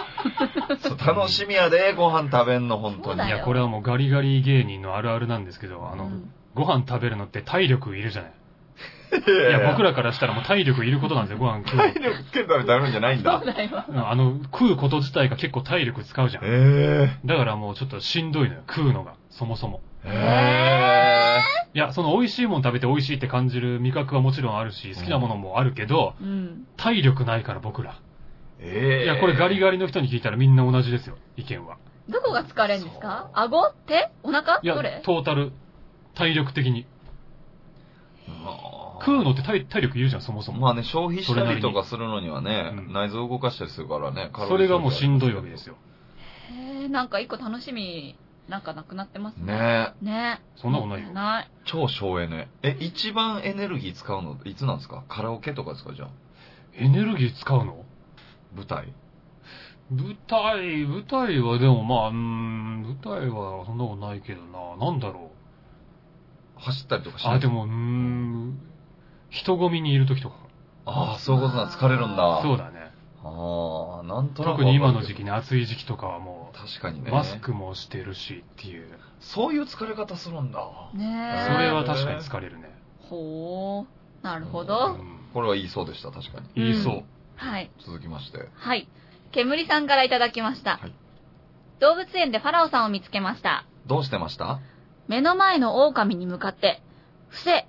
[SPEAKER 2] そう楽しみやで、ご飯食べんの、本当
[SPEAKER 4] そうだ
[SPEAKER 1] い
[SPEAKER 2] に。
[SPEAKER 4] よ
[SPEAKER 1] や、これはもうガリガリ芸人のあるあるなんですけど、あの、
[SPEAKER 4] うん
[SPEAKER 1] ご飯食べるのって体力いるじゃない。
[SPEAKER 2] い
[SPEAKER 1] いや、僕らからしたらもう体力いることなんですよ、ご飯食う のっ
[SPEAKER 2] 体
[SPEAKER 1] て。
[SPEAKER 2] 力つけるために食べるんじゃないんだ
[SPEAKER 4] そう。だよ。
[SPEAKER 1] うんあの、食うこと自体が結構体力使うじゃん。
[SPEAKER 2] え
[SPEAKER 1] だからもうちょっとしんどいのよ、食うのが、そもそも。
[SPEAKER 2] え。え
[SPEAKER 1] いや、その美味しいもん食べて美味しいって感じる味覚はもちろんあるし、好きなものもあるけど、
[SPEAKER 4] うん。
[SPEAKER 1] 体力ないから僕ら。
[SPEAKER 2] ええ。
[SPEAKER 1] いや、これガリガリの人に聞いたらみんな同じですよ、意見は。
[SPEAKER 4] どこが疲れんですか顎手お腹
[SPEAKER 1] いや
[SPEAKER 4] どれ、
[SPEAKER 1] トータル、体力的に。
[SPEAKER 2] あー
[SPEAKER 1] 食うのって体体力いるじゃん、そもそも。
[SPEAKER 2] まあね、消費し
[SPEAKER 1] それ
[SPEAKER 2] た
[SPEAKER 1] なり
[SPEAKER 2] り
[SPEAKER 1] に
[SPEAKER 2] とかするのにはね、
[SPEAKER 1] うん
[SPEAKER 2] 内臓動かしたりするからね、
[SPEAKER 1] それがもうしんどいわけです
[SPEAKER 2] よ。
[SPEAKER 1] よ。
[SPEAKER 4] へえ、なんか一個楽しみ、なんかなくなってますね。
[SPEAKER 2] ねえ、
[SPEAKER 4] ね
[SPEAKER 1] そんなことないよ。
[SPEAKER 4] ない。
[SPEAKER 2] 超省エネ。え、一番エネルギー使うの、いつなんですかカラオケとかですかじゃあ。
[SPEAKER 1] エネルギー使うの
[SPEAKER 2] 舞台
[SPEAKER 1] 舞台、舞台はでもまあ、うーん、舞台はそんなことないけどな。なんだろ
[SPEAKER 2] 走ったりとかし
[SPEAKER 1] う。
[SPEAKER 2] ない
[SPEAKER 1] あ、で。も、うーん、人混みにいる時とか。
[SPEAKER 2] ああ、そういうことなん、疲れるんだ。
[SPEAKER 1] そうだね。
[SPEAKER 2] ああ、なんとなく。
[SPEAKER 1] 特に今の時期。ね、暑い時期とかはも
[SPEAKER 2] 確かに
[SPEAKER 1] う、
[SPEAKER 2] ね。
[SPEAKER 1] マスクもしてるしっていう。
[SPEAKER 2] そういう疲れ方するんだ。
[SPEAKER 1] そ
[SPEAKER 4] ねえ。
[SPEAKER 1] れは確かに疲れるね。
[SPEAKER 4] ほう。なるほ
[SPEAKER 1] う
[SPEAKER 4] ど。
[SPEAKER 1] ん
[SPEAKER 2] これはいいそうでした、確かに。
[SPEAKER 1] 言いそう。
[SPEAKER 4] はい。
[SPEAKER 2] 続きまして。
[SPEAKER 4] はい。煙さんからいただきました。
[SPEAKER 2] はい
[SPEAKER 4] 動物園でファラオさんを見つけました。
[SPEAKER 2] どうしてました
[SPEAKER 4] 目の前の狼に向かって、伏せ、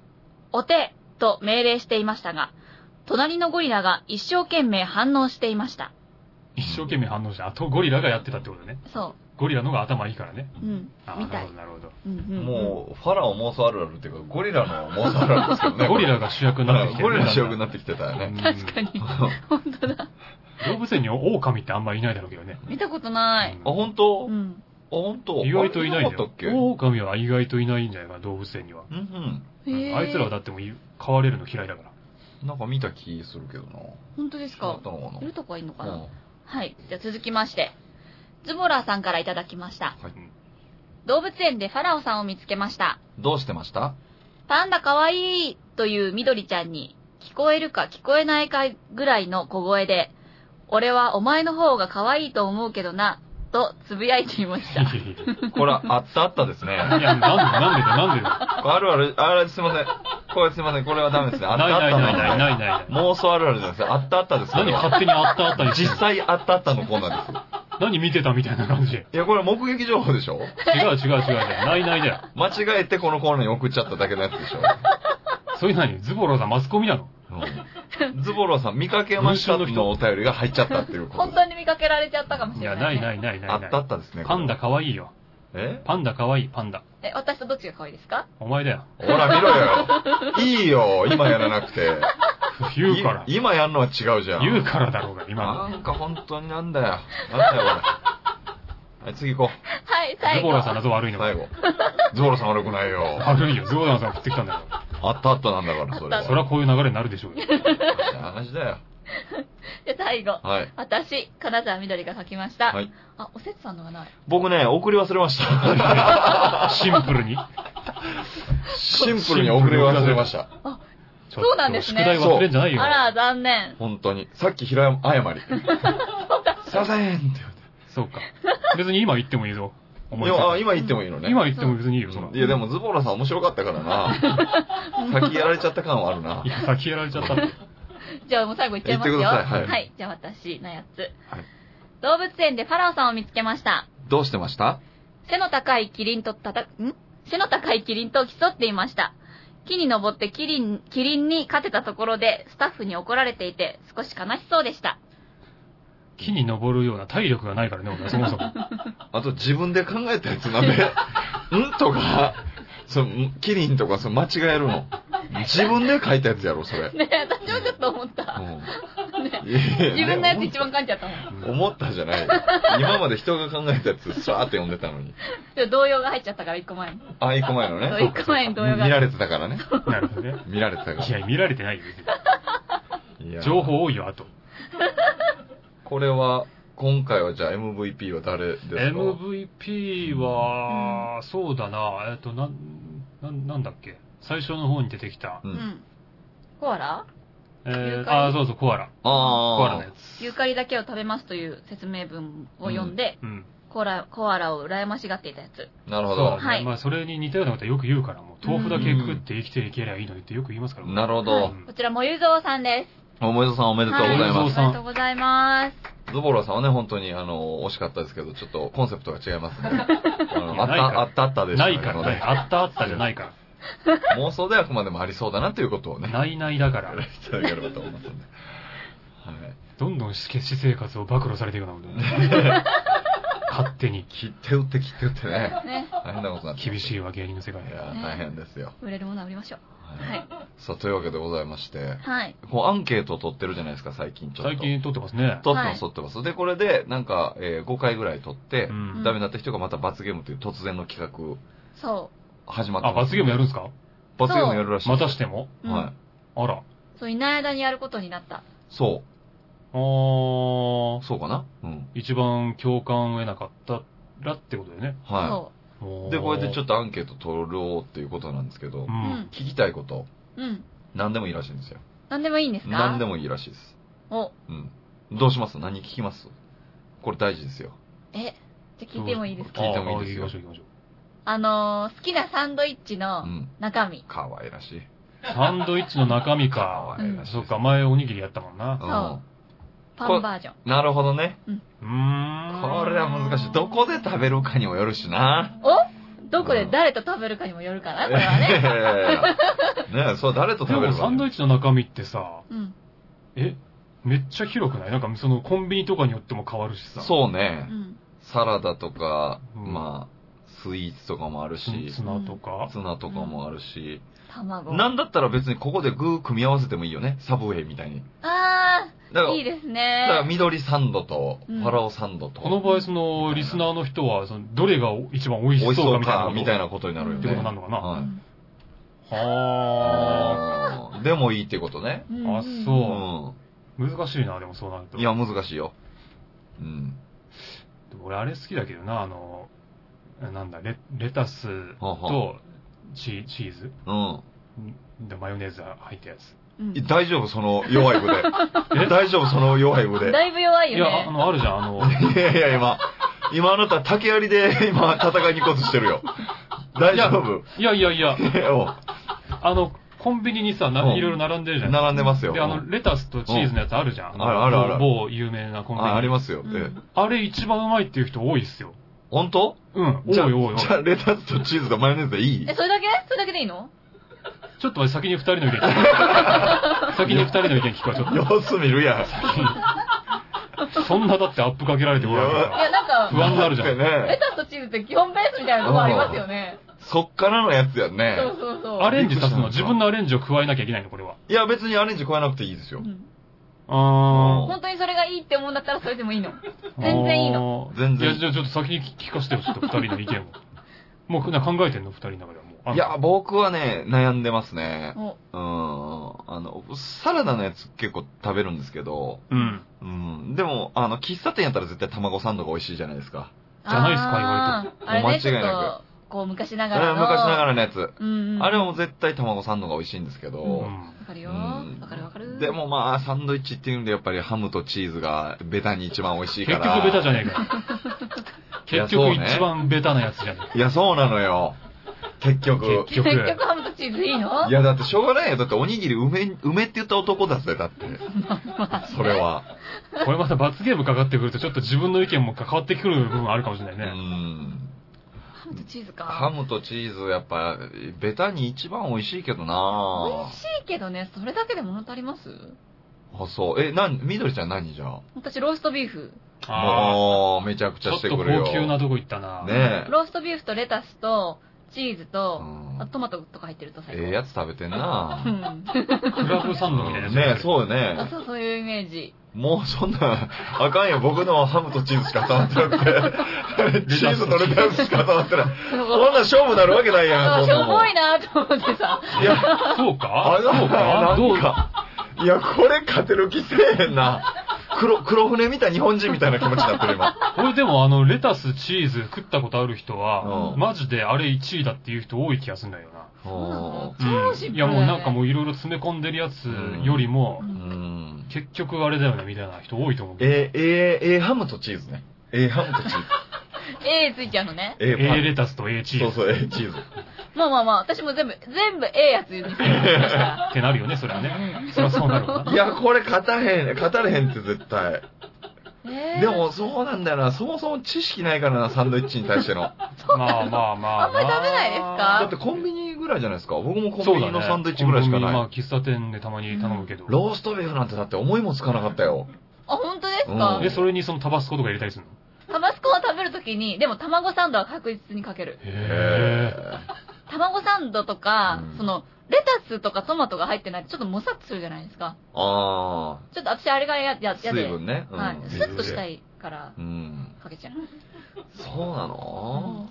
[SPEAKER 4] お手、と命令していましたが、隣のゴリラが一生懸命反応していました。
[SPEAKER 1] 一生懸命反応して、あとゴリラがやってたってことね。
[SPEAKER 4] そ
[SPEAKER 1] ゴリラの方が頭いいからね。
[SPEAKER 4] う。うん。
[SPEAKER 1] あ
[SPEAKER 4] み
[SPEAKER 1] ーな
[SPEAKER 4] た
[SPEAKER 1] る
[SPEAKER 4] い
[SPEAKER 1] ほ。ど、なるほど。
[SPEAKER 4] うんうんうん
[SPEAKER 2] もう、ファラオ妄想あるあるっていうか、ゴリラの妄想あるあるですけどね。
[SPEAKER 1] ゴリラが主役になってきて
[SPEAKER 2] ゴリラ主役になってきてたよね。
[SPEAKER 1] うん
[SPEAKER 4] 確 かに。本当だ。
[SPEAKER 1] 動物園に狼ってあんまりいないだろうけどね。
[SPEAKER 4] 見たことない。
[SPEAKER 2] あ、本当
[SPEAKER 4] う
[SPEAKER 2] あ、
[SPEAKER 4] ん。
[SPEAKER 2] 本当
[SPEAKER 1] 意外といない
[SPEAKER 2] あ
[SPEAKER 1] ん
[SPEAKER 2] な
[SPEAKER 1] だ
[SPEAKER 2] かっ
[SPEAKER 1] よ
[SPEAKER 2] たっ。けうん
[SPEAKER 1] 狼は意外といないんじゃないかな、動物園には。
[SPEAKER 2] うん。
[SPEAKER 4] へー
[SPEAKER 1] あいつらはだってもう飼われるの嫌いだから。
[SPEAKER 2] なんか見た気するけどな。
[SPEAKER 4] 本当です
[SPEAKER 2] あ
[SPEAKER 4] か
[SPEAKER 2] ったのか
[SPEAKER 4] いるとこはいいのか
[SPEAKER 2] な
[SPEAKER 4] な
[SPEAKER 2] うん
[SPEAKER 4] はい。じゃあ続きまして。ズボラーさんからいただきました。
[SPEAKER 2] はい
[SPEAKER 4] 動物園でファラオさんを見つけました。
[SPEAKER 2] どうしてました
[SPEAKER 4] パンダかわいいという緑ちゃんに、聞こえるか聞こえないかぐらいの小声で、俺はお前の方が可愛いと思うけどな、とつぶやいていまし た。
[SPEAKER 1] い
[SPEAKER 2] これ、あったあったですね。
[SPEAKER 1] や、なんで、なんでだ、なんでだ。
[SPEAKER 2] あるある、あれすいません。これすいません、これはダメですね。 あっ
[SPEAKER 1] な
[SPEAKER 2] た
[SPEAKER 1] い
[SPEAKER 2] あ
[SPEAKER 1] な
[SPEAKER 2] っ
[SPEAKER 1] い
[SPEAKER 2] たの
[SPEAKER 1] ないないないないない。
[SPEAKER 2] 妄想あるあるじゃないですか。あったあったですよ
[SPEAKER 1] 何勝手にあったあったに
[SPEAKER 2] 実際あったあったのコーナーで
[SPEAKER 1] 何見てたみたいな感じ。違う
[SPEAKER 2] す。いや、これ目撃情報でしょ
[SPEAKER 1] 違う違う違う。ないないだよ。
[SPEAKER 2] 間違えてこのコーナーに送っちゃっただけのやつでしょ。
[SPEAKER 1] そういう何ズボローさんマスコミなの
[SPEAKER 2] ズボロさん、見かけましたのお便りが入っちゃったっていうこと
[SPEAKER 4] 本
[SPEAKER 2] で
[SPEAKER 4] 当に見かけられちゃったかもし
[SPEAKER 1] い
[SPEAKER 4] れ
[SPEAKER 1] や、
[SPEAKER 4] ない、ね。
[SPEAKER 1] ないないないない
[SPEAKER 2] あ
[SPEAKER 1] な
[SPEAKER 2] っ
[SPEAKER 1] い
[SPEAKER 2] たあ。ったですね。
[SPEAKER 1] パンダ。かわいいよ。
[SPEAKER 2] え
[SPEAKER 1] パンダかわいい、パンダ。
[SPEAKER 4] え、私とどっちが可愛いですか
[SPEAKER 1] お前だ よ。
[SPEAKER 2] ほら、見ろよ。いいよ、今やらなくて。
[SPEAKER 1] 言うから
[SPEAKER 2] い。今やるのは違うじゃん。
[SPEAKER 1] 言うからだろうが、今の。
[SPEAKER 2] なんか本当になんだよ。なんだよ、これ。はい、次行こう。
[SPEAKER 4] はい、
[SPEAKER 1] ズ
[SPEAKER 4] 最
[SPEAKER 1] ボ
[SPEAKER 4] 後。
[SPEAKER 1] ラーさん謎悪いのか
[SPEAKER 2] 最。後。ズボロさん悪くないよ。
[SPEAKER 1] 悪いよ、ズボラーさん振ってきたんだから。
[SPEAKER 2] あったあったなんだから、それ
[SPEAKER 4] あ
[SPEAKER 2] は。
[SPEAKER 1] そりゃこういう流れになるでしょうよ。
[SPEAKER 2] 話だよ。
[SPEAKER 4] じゃあ最後。
[SPEAKER 2] はい。
[SPEAKER 4] 私、金沢みどりが書きました。
[SPEAKER 2] はい。
[SPEAKER 4] あ、おせつさんのがない。
[SPEAKER 2] 僕ね、送り忘れました。
[SPEAKER 1] シンプルに。
[SPEAKER 2] シンプルに送り忘れました。
[SPEAKER 1] ちょっと
[SPEAKER 4] そうなんですね
[SPEAKER 1] 宿題忘れんじゃないよ。
[SPEAKER 4] あら、残念。
[SPEAKER 2] 本当に。さっき平山、 謝り。すいませんって
[SPEAKER 1] そうか。別に今言ってもい いぞ。
[SPEAKER 2] 言
[SPEAKER 1] 思
[SPEAKER 2] って。い
[SPEAKER 1] いつい
[SPEAKER 2] や、あ
[SPEAKER 1] た
[SPEAKER 2] 今言ってもいいのね。
[SPEAKER 1] 今言っても別にいいよ、そら。
[SPEAKER 2] うんいや、でもズボラさん面白かったからな。先やられちゃった感はあるない
[SPEAKER 1] や、先やられちゃったって。
[SPEAKER 4] じゃあもう最後いっちゃいますよ。
[SPEAKER 2] 言ってくださいはい
[SPEAKER 4] はい。じゃあ私のやつ。
[SPEAKER 2] はい
[SPEAKER 4] 動物園でファラオさんを見つけました。
[SPEAKER 2] どうしてました
[SPEAKER 4] 背の高いキリンとたた、ん背の高いキリンと競っていました。木に登ってキリン、キリンに勝てたところでスタッフに怒られていて少し悲しそうでした。
[SPEAKER 1] 木に登るような体力がないからね、俺はそもそ も。
[SPEAKER 2] あと自分で考えたやつ なんで、んとか、そのんキリンとかその間違えるの。自分で書いたやつやろ、それ。
[SPEAKER 4] ねえ私もちょっと思った。
[SPEAKER 2] 自
[SPEAKER 4] 自分のやつ一番噛んじゃったもん。
[SPEAKER 2] 思ったじゃない。今まで人が考えたやつ、さーって読んでたのに。
[SPEAKER 4] ちょっと動揺が入っちゃったから一個前に。
[SPEAKER 2] あ、一個前のね。
[SPEAKER 4] そう一個前に動揺が
[SPEAKER 2] 見られてたからね。
[SPEAKER 1] なるほどね。
[SPEAKER 2] 見られてた か
[SPEAKER 1] いや、見られてないよ、別
[SPEAKER 2] ら。いや
[SPEAKER 1] に情。報多いよ、あと。
[SPEAKER 2] これは、今回はじゃあ MVP は誰ですか
[SPEAKER 1] MVP は、そうだな、えっと、なん、なんなんだっけ。最初の方に出てきた
[SPEAKER 2] う。
[SPEAKER 4] うんん。コアラ
[SPEAKER 1] え
[SPEAKER 4] ユー
[SPEAKER 1] ー、
[SPEAKER 4] カリ
[SPEAKER 1] あー、そうそう、コアラ。コアラの
[SPEAKER 2] あ
[SPEAKER 1] やつ。
[SPEAKER 4] ユーカリだけを食べますという説明文を読んで、
[SPEAKER 1] うん。
[SPEAKER 4] コラコアラを羨ましがっていたやつ。
[SPEAKER 2] あ、なるほ
[SPEAKER 1] そうね。。
[SPEAKER 2] ど
[SPEAKER 4] はい
[SPEAKER 1] まあ、それに似たようなことはよく言うから、もう、豆腐だけ食って生きていけりゃいいのにってよく言いますから。
[SPEAKER 2] なるほ
[SPEAKER 1] は
[SPEAKER 2] ど
[SPEAKER 1] い。
[SPEAKER 4] こちら、もゆぞうさんです。
[SPEAKER 2] おめでとうさんおめでとうござい
[SPEAKER 1] は
[SPEAKER 2] ま
[SPEAKER 1] おめ
[SPEAKER 2] す
[SPEAKER 1] で。
[SPEAKER 4] ありがとうございます。
[SPEAKER 2] ズボラさんはね、本当に、あの、惜しかったですけど、ちょっとコンセプトが違いますね。あのあっ
[SPEAKER 1] ないから
[SPEAKER 2] た、あったあったでした
[SPEAKER 1] な
[SPEAKER 2] ね
[SPEAKER 1] いから
[SPEAKER 2] これ
[SPEAKER 1] ね。あったあったじゃないか
[SPEAKER 2] 妄想ではあくまでもありそうだなということを
[SPEAKER 1] ら。
[SPEAKER 2] ね、
[SPEAKER 1] ないないだから。
[SPEAKER 2] いただければと思いますんで。はい。
[SPEAKER 1] どんどんし私生活を暴露されていくな、俺 勝手に。
[SPEAKER 2] 切って打って切って打ってね。
[SPEAKER 4] ね。
[SPEAKER 2] 大変なことになって。
[SPEAKER 1] 厳しいわ、芸人の世界
[SPEAKER 2] い
[SPEAKER 1] で。
[SPEAKER 2] や、
[SPEAKER 4] ね
[SPEAKER 2] 大変ですよ。
[SPEAKER 4] 売れるものは売りましょう。
[SPEAKER 2] は。
[SPEAKER 4] はいい。
[SPEAKER 2] さあ、というわけでございまして、
[SPEAKER 4] はい。
[SPEAKER 2] こう、アンケートを取ってるじゃないですか、最近ちょっと。
[SPEAKER 1] 最近撮ってますね。
[SPEAKER 2] 取ってま
[SPEAKER 4] はい
[SPEAKER 2] す、取ってます。で、これで、なんか、えー5回ぐらい取って
[SPEAKER 1] う、ん
[SPEAKER 4] ん
[SPEAKER 2] ダメになった人がまた罰ゲームという突然の企画、
[SPEAKER 4] そ
[SPEAKER 2] 始まって
[SPEAKER 1] あ、
[SPEAKER 2] ます
[SPEAKER 1] 罰ゲームやるんですか
[SPEAKER 2] 罰ゲームやるらしい。
[SPEAKER 1] またしても
[SPEAKER 4] う。うん
[SPEAKER 2] はい。
[SPEAKER 1] あら。
[SPEAKER 4] そう、いない間にやることになった。
[SPEAKER 2] そ
[SPEAKER 1] あー
[SPEAKER 2] う。、そうかなうん。
[SPEAKER 1] 一番共感を得なかったらってことだよね。
[SPEAKER 2] は
[SPEAKER 4] そ
[SPEAKER 2] い。で、こうやってちょ
[SPEAKER 1] っ
[SPEAKER 2] っとアンケート取ろうっていうことなんですけど
[SPEAKER 1] う、
[SPEAKER 4] う。うんん。
[SPEAKER 2] 聞きたいこと、
[SPEAKER 4] うん。
[SPEAKER 2] 何でもいいらしいんですよ。
[SPEAKER 4] 何でもいいんですか
[SPEAKER 2] 何で
[SPEAKER 4] も。
[SPEAKER 2] もいいらしいです。
[SPEAKER 4] お、
[SPEAKER 2] うん。どうします何聞きますこれ大事ですよ。
[SPEAKER 4] え、じゃあ聞いてもいいですか
[SPEAKER 2] 聞いてもいいですよ
[SPEAKER 1] あ行きましょう行き
[SPEAKER 4] あのー、好きなサンドイッチ
[SPEAKER 2] う
[SPEAKER 4] の
[SPEAKER 2] ん。
[SPEAKER 4] 中身。
[SPEAKER 2] かわいらしい。
[SPEAKER 1] ましょう。サンドイッチの中身
[SPEAKER 2] か
[SPEAKER 1] か。
[SPEAKER 2] わいらしい。
[SPEAKER 1] そうか、前おにぎりやったもんな。
[SPEAKER 2] うん。
[SPEAKER 4] パンバージョン。
[SPEAKER 2] なるほどね。
[SPEAKER 1] うー
[SPEAKER 2] こ
[SPEAKER 1] ん。
[SPEAKER 2] れは難しい。どこで食べるかにもよるしな。
[SPEAKER 4] おどこで誰と食べるかにもよるかな、これは ね。
[SPEAKER 2] ねねそう、誰と
[SPEAKER 1] で
[SPEAKER 2] 食べる
[SPEAKER 1] も
[SPEAKER 2] か。
[SPEAKER 1] サンドイッチの中身ってさ、
[SPEAKER 4] うん。
[SPEAKER 1] え、めっちゃ広くないなんかそのコンビニとかによっても変わるしさ。
[SPEAKER 2] そう
[SPEAKER 4] う
[SPEAKER 2] ね。
[SPEAKER 4] ん。
[SPEAKER 2] サラダとか、
[SPEAKER 1] うん
[SPEAKER 2] まあ、スイーツとかもあるし、
[SPEAKER 1] ツナとか。
[SPEAKER 2] ツナとかもあるし、
[SPEAKER 4] 卵。
[SPEAKER 2] なんだったら別にここで具組み合わせてもいいよね。サブウェイみたいに。
[SPEAKER 4] あ
[SPEAKER 2] だから、
[SPEAKER 4] ー、いいです
[SPEAKER 2] だから
[SPEAKER 4] ね。
[SPEAKER 2] 緑サンドと、フ
[SPEAKER 4] うん
[SPEAKER 2] ァラオサンドと、
[SPEAKER 1] この場合、その、リスナーの人は、その、どれが一番美味
[SPEAKER 2] 美
[SPEAKER 1] し
[SPEAKER 2] 味し
[SPEAKER 1] そう
[SPEAKER 2] そ
[SPEAKER 1] か
[SPEAKER 2] う
[SPEAKER 1] みたいな
[SPEAKER 2] か
[SPEAKER 1] こ、と。
[SPEAKER 2] みたいなことになるよ
[SPEAKER 1] っ
[SPEAKER 2] ね。
[SPEAKER 1] てことになるのかな。
[SPEAKER 2] はい
[SPEAKER 1] は
[SPEAKER 2] あーでもいいってことね。
[SPEAKER 4] うん
[SPEAKER 1] あ
[SPEAKER 4] ん
[SPEAKER 1] そう
[SPEAKER 2] う
[SPEAKER 1] ー。難しいな、でもそうなると。
[SPEAKER 2] ん。いや、難しいよ。うん。
[SPEAKER 1] でも俺あれ好きだけどな、あの、なんだ、レレタス
[SPEAKER 2] はは
[SPEAKER 1] とチチーズ
[SPEAKER 2] うん。
[SPEAKER 1] でマヨネーズが入ったやつ。
[SPEAKER 4] うん
[SPEAKER 2] い大丈夫、その弱い 腕。え大丈夫、その弱い腕。
[SPEAKER 4] だいぶ弱い
[SPEAKER 1] い
[SPEAKER 4] よ
[SPEAKER 1] や、あ
[SPEAKER 4] ね。
[SPEAKER 1] の、あるじゃん、あの、
[SPEAKER 2] いやいや、今。今あなた竹槍で今戦いに行こうとしてるよ。大丈夫
[SPEAKER 1] いやいやいや、
[SPEAKER 2] いやおう
[SPEAKER 1] あの、コンビニにさ、
[SPEAKER 2] う
[SPEAKER 1] なんいろいろ並んでるじゃん。
[SPEAKER 2] 並んでますよ。
[SPEAKER 1] で、あの、レタスとチーズのやつあるじゃん。の
[SPEAKER 2] あるあるある
[SPEAKER 1] 某某有名なコンビニ。
[SPEAKER 2] あありますよ。
[SPEAKER 4] うん
[SPEAKER 2] え
[SPEAKER 1] あれ一番うまいっていう人多いっすよ。
[SPEAKER 2] 本当
[SPEAKER 1] うん、多い
[SPEAKER 2] じゃあ
[SPEAKER 1] 多い多い。
[SPEAKER 2] じゃあ、レタスとチーズとマヨネーズでいい
[SPEAKER 4] え、それだけそれだけでいいの
[SPEAKER 1] ちょっと待って、先に二人の意見聞こ う。先に二人の意見聞こう、ちょっ
[SPEAKER 2] 様子見るやん。
[SPEAKER 1] と。そんなだってアップかけられてもらうか
[SPEAKER 4] い
[SPEAKER 1] ら。
[SPEAKER 4] や、なん
[SPEAKER 1] 不
[SPEAKER 4] か、
[SPEAKER 1] 安になるじゃん
[SPEAKER 2] だってね
[SPEAKER 4] レタスとチーズって基本ベースみたいなのもありますよね。
[SPEAKER 2] そっからのやつやんね
[SPEAKER 4] そ。うそうそう。
[SPEAKER 1] アレンジさす
[SPEAKER 2] び
[SPEAKER 1] の、
[SPEAKER 2] っくりし
[SPEAKER 1] 自
[SPEAKER 2] た
[SPEAKER 1] 分のアレンジを加えなきゃいけないの、これは。
[SPEAKER 2] いや、別にアレンジ超えなくていいです
[SPEAKER 4] う
[SPEAKER 2] よ。
[SPEAKER 4] ん
[SPEAKER 1] あ
[SPEAKER 4] 本当にそれがいいって思うんだったらそれでもいいの。全然いい
[SPEAKER 1] の
[SPEAKER 2] 全然
[SPEAKER 1] いや、じゃあちょっと先に聞かせてよ、ちょっと二人の意見を。もう、な考えてんの二人の中ではもうあの。
[SPEAKER 2] いや、僕はね、悩んでますね。
[SPEAKER 4] お
[SPEAKER 2] うーん。あの、サラダのやつ結構食べるんですけど、
[SPEAKER 1] うん。
[SPEAKER 2] うん。でも、あの、喫茶店やったら絶対卵サンドが美味しいじゃないですか。
[SPEAKER 1] じゃないっすか
[SPEAKER 4] あーあれね、ち
[SPEAKER 2] もう間違い
[SPEAKER 4] ょ
[SPEAKER 2] な
[SPEAKER 4] っ
[SPEAKER 2] く
[SPEAKER 4] と、こう、昔な
[SPEAKER 2] あ
[SPEAKER 4] が
[SPEAKER 2] れ
[SPEAKER 4] ら
[SPEAKER 2] は
[SPEAKER 4] の。
[SPEAKER 2] 昔なが
[SPEAKER 4] ら。
[SPEAKER 2] らのやつ。
[SPEAKER 4] うんうん。
[SPEAKER 2] あれはもう絶対卵サンドが美味しいんですけど、
[SPEAKER 1] う
[SPEAKER 4] う
[SPEAKER 1] ん
[SPEAKER 4] んわかるよ。
[SPEAKER 2] うん
[SPEAKER 4] わかるわかる。
[SPEAKER 2] で、もまあ、サンドイッチっていうんで、やっぱりハムとチーズがベタに一番美味しいか
[SPEAKER 1] 結
[SPEAKER 2] ら。
[SPEAKER 1] 局ベタじゃねえか。
[SPEAKER 2] いや
[SPEAKER 1] 結局
[SPEAKER 2] そうね
[SPEAKER 1] 一番ベタなやつじゃね
[SPEAKER 2] いや、そうなのよ。結局。
[SPEAKER 1] 結
[SPEAKER 4] 結
[SPEAKER 1] 局
[SPEAKER 4] 局ハムとチーズいいの
[SPEAKER 2] いや、だってしょうがないよ。だっておにぎり梅、梅って言った男だぜ、だって。それは。
[SPEAKER 1] えか。これまた罰ゲームかかってくると、ちょっと自分の意見も関わってくる部分あるかもしれないうね。
[SPEAKER 2] ん。
[SPEAKER 4] ハムとチーズ
[SPEAKER 2] ハ
[SPEAKER 4] か。
[SPEAKER 2] ムとチーズ、やっぱ、ベタに一番美味しいけどな
[SPEAKER 4] 美味しいけどね、それだけで物足ります
[SPEAKER 2] あ、そう。え、なん、みどりちゃん何じゃ
[SPEAKER 4] 私、ローストビーフ。
[SPEAKER 1] あ
[SPEAKER 2] もう、めちゃくち
[SPEAKER 1] ち
[SPEAKER 2] ゃ
[SPEAKER 1] ょっ
[SPEAKER 2] して
[SPEAKER 1] と
[SPEAKER 2] くるよ。
[SPEAKER 1] 高級なとこ行ったな。
[SPEAKER 2] ねえ。
[SPEAKER 4] ローストビーフとレタスと、チーズ
[SPEAKER 2] う
[SPEAKER 4] と、
[SPEAKER 2] ん
[SPEAKER 4] あトマトとか入ってると最
[SPEAKER 2] ええ
[SPEAKER 4] 高。
[SPEAKER 2] やつ食べてんな
[SPEAKER 4] うん。
[SPEAKER 1] クラブサンドみたいなやつ。
[SPEAKER 2] ねえ、そうよ
[SPEAKER 4] あ
[SPEAKER 2] ね。
[SPEAKER 4] そう、そういうイメージ。
[SPEAKER 2] もうそんな、あかんよ。僕のはハムとチーズしか溜まってなくて、 チーズとレタスしか溜まってない。
[SPEAKER 4] そ
[SPEAKER 2] そんな勝負になるわけないや ん、そん
[SPEAKER 4] う、し
[SPEAKER 2] な
[SPEAKER 4] ょ
[SPEAKER 2] も
[SPEAKER 4] ぼ
[SPEAKER 2] ん。
[SPEAKER 4] いなと思ってさ。
[SPEAKER 2] いや、
[SPEAKER 1] そうか
[SPEAKER 2] あ
[SPEAKER 1] そうか
[SPEAKER 2] なんか
[SPEAKER 1] どう
[SPEAKER 2] いや、これ勝てる気せえへんな。黒、黒船見た日本人みたいな気持ちになってる今。
[SPEAKER 1] 俺でもあの、レタス、チーズ食ったことある人は、
[SPEAKER 2] うん
[SPEAKER 1] マジであれ1位だっていう人多い気がするんだよな。
[SPEAKER 4] そうなの
[SPEAKER 1] うん
[SPEAKER 4] 超シンプ
[SPEAKER 1] い
[SPEAKER 4] ルだ
[SPEAKER 1] や
[SPEAKER 4] よね。
[SPEAKER 1] もうなんかもういろいろ詰め込んでるやつよりも
[SPEAKER 4] う、ん
[SPEAKER 1] 結局あれだよね、みたいな人多いと思うけど。
[SPEAKER 2] えー、えー、えー、ハムとチーズね。えー、ハムとチーズ。
[SPEAKER 4] A ついちゃうのね。
[SPEAKER 2] え
[SPEAKER 1] A
[SPEAKER 2] ー、パン。
[SPEAKER 1] レタスと A チ
[SPEAKER 2] そ
[SPEAKER 1] ー
[SPEAKER 2] う
[SPEAKER 1] ズ
[SPEAKER 2] そう、えー、チーズ。
[SPEAKER 4] まあまあまあ、私も全部、全部 A やつに してる
[SPEAKER 1] ってなるよね、それはね。そりゃそうなるわ
[SPEAKER 2] いや、これ勝たへん、勝たれへんって絶対。
[SPEAKER 4] ねえ
[SPEAKER 2] でも、そうなんだよな。そもそも知識ないからな、サンドイッチに対して の。
[SPEAKER 1] な。まあまあまあ。
[SPEAKER 4] あんまり食べないですか
[SPEAKER 2] だってコンビニぐらいじゃないですか。僕もコンビニのサンドイッチぐらいし
[SPEAKER 1] そ
[SPEAKER 2] か
[SPEAKER 1] うだね
[SPEAKER 2] ない。
[SPEAKER 1] コンビニまあ、喫茶店でたまに頼むけど。
[SPEAKER 2] ローストビーフなんてだって思いもつかなかったよ。
[SPEAKER 4] あ、本当ですか、
[SPEAKER 2] うん
[SPEAKER 1] で、それにそのタバスコとか入れたりするの
[SPEAKER 4] タバスコは食べるときに、でも卵サンドは確実にかける。
[SPEAKER 1] へえ。
[SPEAKER 4] 卵サンドとか、
[SPEAKER 2] うん
[SPEAKER 4] その、レタスとかトマトが入ってないとちょっともさっとするじゃないですか。
[SPEAKER 2] あ
[SPEAKER 4] ちょっと私あれがや、や、
[SPEAKER 2] ー、
[SPEAKER 4] や
[SPEAKER 2] 水
[SPEAKER 4] で。
[SPEAKER 2] 分ね。うん
[SPEAKER 4] はい。スッとした
[SPEAKER 2] い。
[SPEAKER 4] いから、
[SPEAKER 2] うん。
[SPEAKER 4] かけちゃう。
[SPEAKER 2] そうなの